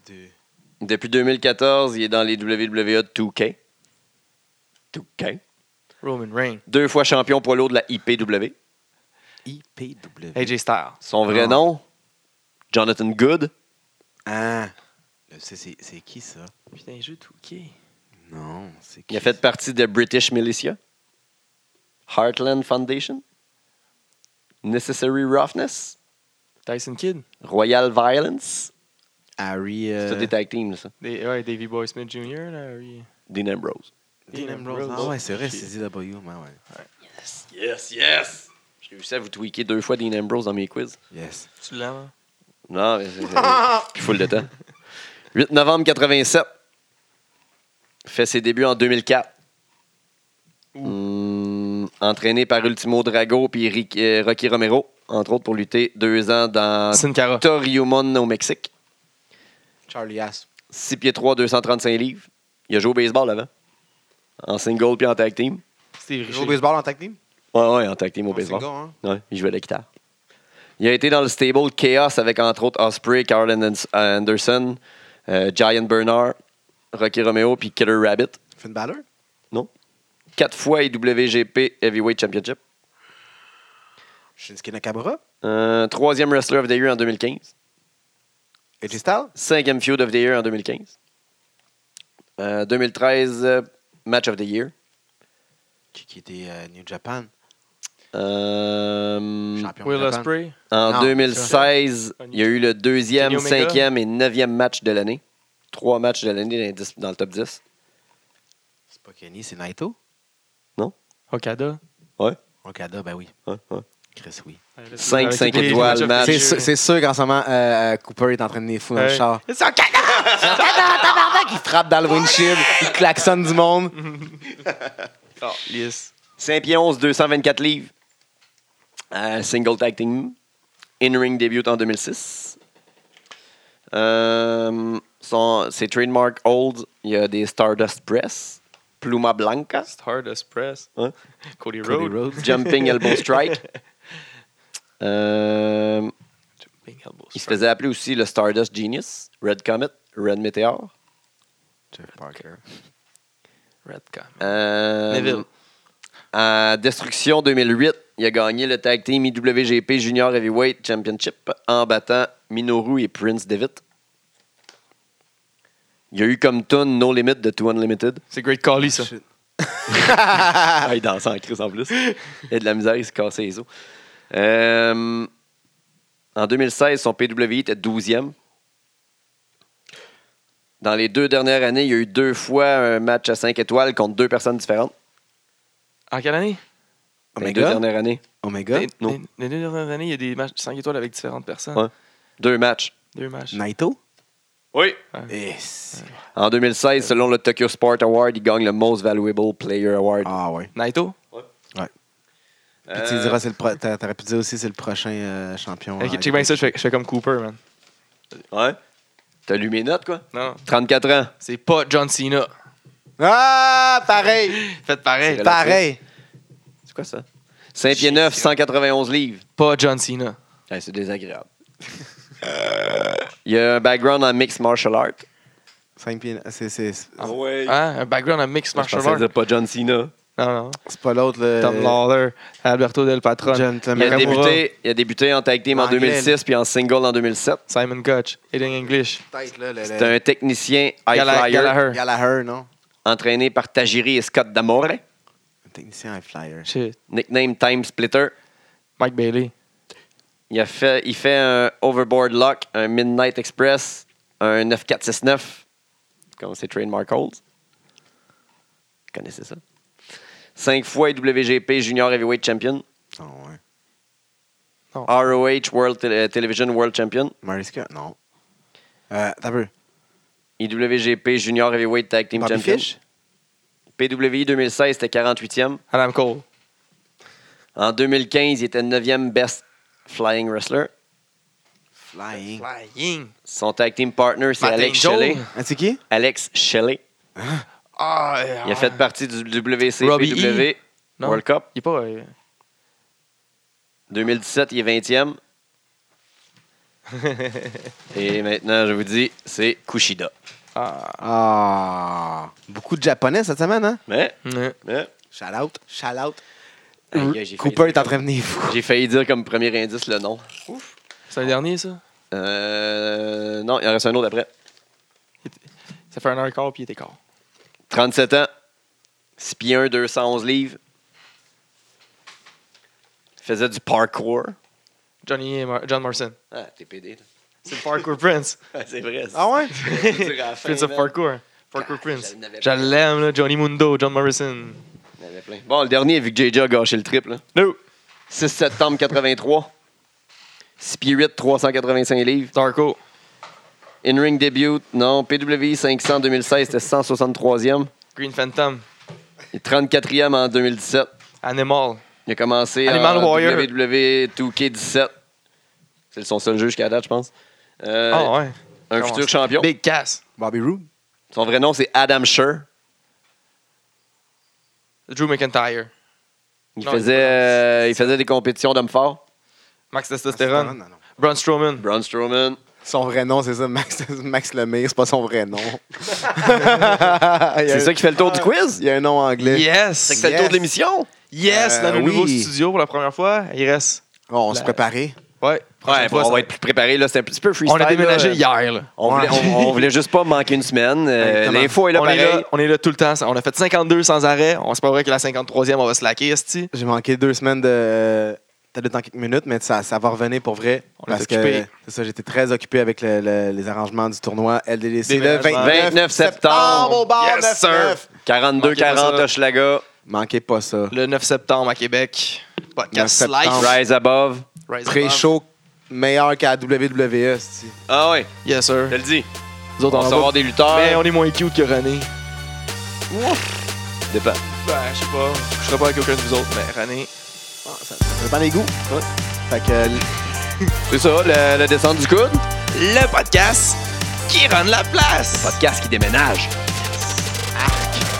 Deux.
Depuis 2014, il est dans les E WWE 2K. 2K.
Roman Reigns.
Deux fois champion poids lourd de la IPW.
IPW.
AJ Styles.
Son vrai
Ah.
nom, Jonathan Good.
Ah! C'est- C'est c'est qui ça?
Putain, jeu tout
Non, c'est qui?
Il a fait partie de British Militia, Heartland Foundation, Necessary Roughness,
Tyson Kidd.
Royal Violence.
Harry.
C'est
Euh...
tout des tag teams, ça.
Des- ouais, Davey Boy Smith Jr. Là, oui.
Dean Ambrose.
Dean Ambrose.
Ah ouais, c'est vrai, c'est ZW. Ouais, ouais.
Yes, yes! J'ai réussi à vous tweaker deux fois Dean Ambrose dans mes quiz.
Yes.
Tu l'as, hein?
Non, mais c'est- c'est- plus full de temps. 8 novembre 87. Fait ses débuts en 2004. Hmm, entraîné par Ultimo Drago puis Rick- euh, Rocky Romero. entre autres pour lutter deux ans
Ah.
dans
Sin Cara.
Torreón au Mexique.
Charlie Ass.
6 pieds 3, 235 livres. Il a joué au baseball avant. En single puis en tag team.
C'est
Il joue au baseball en tag team?
Ouais, ouais, en tag team au
En single,
baseball.
hein?
Ouais, il jouait la guitare. Il a été dans le stable Chaos avec entre autres Osprey, Carl Anders- Anderson, euh, Giant Bernard, Rocky Romeo puis Killer Rabbit.
Finn Balor?
Quatre fois IWGP Heavyweight Championship.
Shinsuke Nakamura?
Euh, troisième Wrestler of the Year en 2015.
AJ Styles?
Cinquième Feud of the Year en 2015. Euh, 2013, euh, Match of the Year.
Qui, qui était euh, New Japan?
Euh,
Champion
Will
de Japan.
Ospreay.
en
Non,
2016, il y a eu le deuxième,
Kenny Omega.
cinquième et neuvième match de l'année. Trois matchs de l'année dans, les dix- dans le top 10.
C'est pas Kenny, c'est Naito?
Okada.
Okada, ben oui.
Ouais, ouais.
Chris, oui.
Cinq,
Avec
cinq
tous les
étoiles,
matchs
match.
C'est
officiels.
sûr, c'est sûr qu'en ce moment, euh, euh, Cooper est en train de fou dans le
Ouais.
char. C'est Okada! C'est Okada, tabarnak! Il frappe dans le windshield, il klaxonne du monde.
Mhm.
Ah, yes.
5 pieds 11, 224 livres. Euh, single tag team. In-ring débute en 2006. Euh, son- c'est trademark old. Il y a des Stardust Press. Pluma Blanca.
Stardust Press.
Hein?
Cody
Cody
Rhodes.
Rhodes.
Jumping Elbow Strike. Euh,
Jumping elbow
il se
strike.
faisait appeler aussi le Stardust Genius, Red Comet, Red Meteor.
Jeff Parker.
Red Comet.
Euh,
Neville.
À Destruction 2008, il a gagné le tag team IWGP Junior Heavyweight Championship en battant Minoru et Prince Devitt. Il y a eu comme tune No Limit de Two Unlimited.
C'est Great Collie, ça.
Shit.
Ah, il dansait en crise en plus. Il y a de la misère, il se cassait les os. Euh, en 2016, son PWI était 12e. Dans les deux dernières années, il y a eu deux fois un match à 5 étoiles contre deux personnes différentes.
En quelle année?
Dans les deux
Omega?
dernières années.
Omega?
Les
Hein? Non.
les- les deux dernières années, il y a des matchs 5 étoiles avec différentes personnes.
Ouais. Deux matchs.
Deux matchs.
Naito?
Oui.
Eh, c'est-
En 2016, selon le Tokyo Sport Award, il gagne le Most Valuable Player Award.
Ah ouais.
Naito?
Puis tu
Euh,
diras, c'est le pro- t'a- t'aurais pu dire aussi c'est le prochain euh, champion.
Ok,
euh,
check bien ça, je fais, je fais comme Cooper, man.
Ouais. T'as lu mes notes, quoi?
Non, non.
34 ans.
C'est pas John Cena.
Ah, pareil!
Faites pareil.
C'est
pareil!
C'est quoi ça? 5 pieds 9, 191 livres.
Pas John Cena.
Ouais, c'est désagréable. Il y a un background en mixed martial art.
Cinq pieds- C'est c'est- c'est
ouais.
Hein? Un background en mixed
Je
martial
pensais
arts.
dire pas John Cena.
Non, non.
pas l'autre, le.
Tom Lawler, Alberto Del Patron,
Il a,
Gentleman.
Nakamura.
débuté, il a débuté en tag team en
Anglais,
2006 puis en single en 2007.
Simon Gotch, Aiden English,
Peut-être, là, le-
C'était
le-
un technicien high
Gala-
flyer
Gallagher.
Gallagher, non?
entraîné par Tajiri et Scott Damore.
Un technicien high flyer.
Shit.
Nickname Time Splitter.
Mike Bailey.
Il, a fait, il fait un Overboard Lock, un Midnight Express, un 9469, comme c'est Trademark Holds. Vous connaissez ça? Cinq fois WGP Junior Heavyweight Champion,
Non, ouais.
ROH World Tele- Television World Champion,
Mariska? Non. Euh, t'as vu?
IWGP Junior Heavyweight Tag Team
Bobby
Champion.
Fish?
PWI 2016, c'était 48e.
Adam Cole.
En 2015, il était 9e Best Flying Wrestler.
Flying.
Flying.
Son tag team partner, c'est
Matt
Alex
Angel.
Shelley.
Ah, c'est qui?
Alex Shelley.
Ah,
Il a fait partie du
Robbie
WCPW
E. Non.
World Cup.
Il est pas. euh,
2017, il est 20e. Et maintenant, je vous dis, c'est Kushida.
Ah.
Ah. Beaucoup de japonais cette semaine, hein?
Mais,
Ouais.
mais,
Shout out. Shout out.
Aïe, aïe, j'ai
Cooper
failli-
est en train de venir fou.
J'ai failli dire comme premier indice le nom.
C'est le dernier, ça?
Euh, non, il en reste un autre après.
Ça fait un heure quart, puis il était quart.
37 ans, 6 pieds 1, 211 livres. Faisait du parkour.
Johnny et Mar- John Morrison.
Ah, t'es pédé. là.
C'est le Parkour Prince.
Ah, c'est vrai. ça.
Ah ouais?
Je veux dire, à la fin,
Prince of
man,
Parkour. hein. Parkour
Ah,
Prince.
je l'avais pas.
Je l'aime, là. Johnny Mundo, John Morrison.
il y en avait plein. Bon, le dernier, vu que JJ a gâché le triple. là.
No.
6 septembre 83. Spirit 385 livres.
Darko.
In-ring debut, non. PWI 500 2016, c'était 163e.
Green Phantom.
Il est 34e en 2017.
Animal.
Il Il a commencé
Animal
en E
Warrior.
WWE 2K17. C'est son seul jeu jusqu'à la date, je pense. Euh,
Ah ouais.
Un futur champion.
Big Cass.
Bobby Roode.
Son vrai nom, c'est Adam Scher.
Drew McIntyre.
Il,
Non, il
faisait,
est pas
euh, il faisait des compétitions d'hommes forts.
Max
Ah,
Non,
Testosterone.
non, non.
Braun Strowman.
Braun Strowman.
Son vrai nom, c'est ça, Max, Max Lemire, c'est pas son vrai nom.
C'est ça qui fait le tour du quiz?
Il y a un nom anglais.
C'est que
Ah. Yes.
c'est le tour
Yes.
de l'émission?
Yes, dans
Euh,
le nouveau
oui.
studio pour la première fois. Il reste.
Bon, on
La-
se préparait.
Ouais.
Ouais,
prochaine fois,
on
ça-
va être plus préparé. là. C'est un petit peu freestyle.
On a déménagé
là.
hier. là.
On, voulait,
Ouais.
on- on voulait juste pas manquer une semaine. Euh,
Exactement.
L'info est là
on,
pareil.
est là, on est là tout le temps. On a fait 52 sans arrêt. On se pas vrai que la 53e, on va se laquer, esti.
J'ai manqué deux semaines de. Peut-être dans quelques minutes, mais ça, ça va revenir pour vrai.
On est
parce que
occupé.
c'est ça, j'étais très occupé avec le- le- les arrangements du tournoi LDDC le
Déménagement.
29,
29 septembre.
au bar
Yes, sir.
99.
42-40
ça.
Hochelaga.
Manquez pas ça.
Le 9 septembre à Québec.
9
Podcast
septembre.
Life.
Rise Above.
Rise above.
Pré-show meilleur qu'à E, la WWE. c'ti.
Ah ouais,
Yes, sir.
je te le dis.
Nous autres,
On va
en
savoir des lutteurs.
Mais on est moins cute que René.
Dépend.
Ben, je sais pas. Je serais pas avec aucun de vous autres, mais René.
Ah, Ça, ça dépend des goûts. Fait que,
C'est ça, le- la descente du coude.
Le podcast qui rend la place.
Podcast qui déménage.
Arc.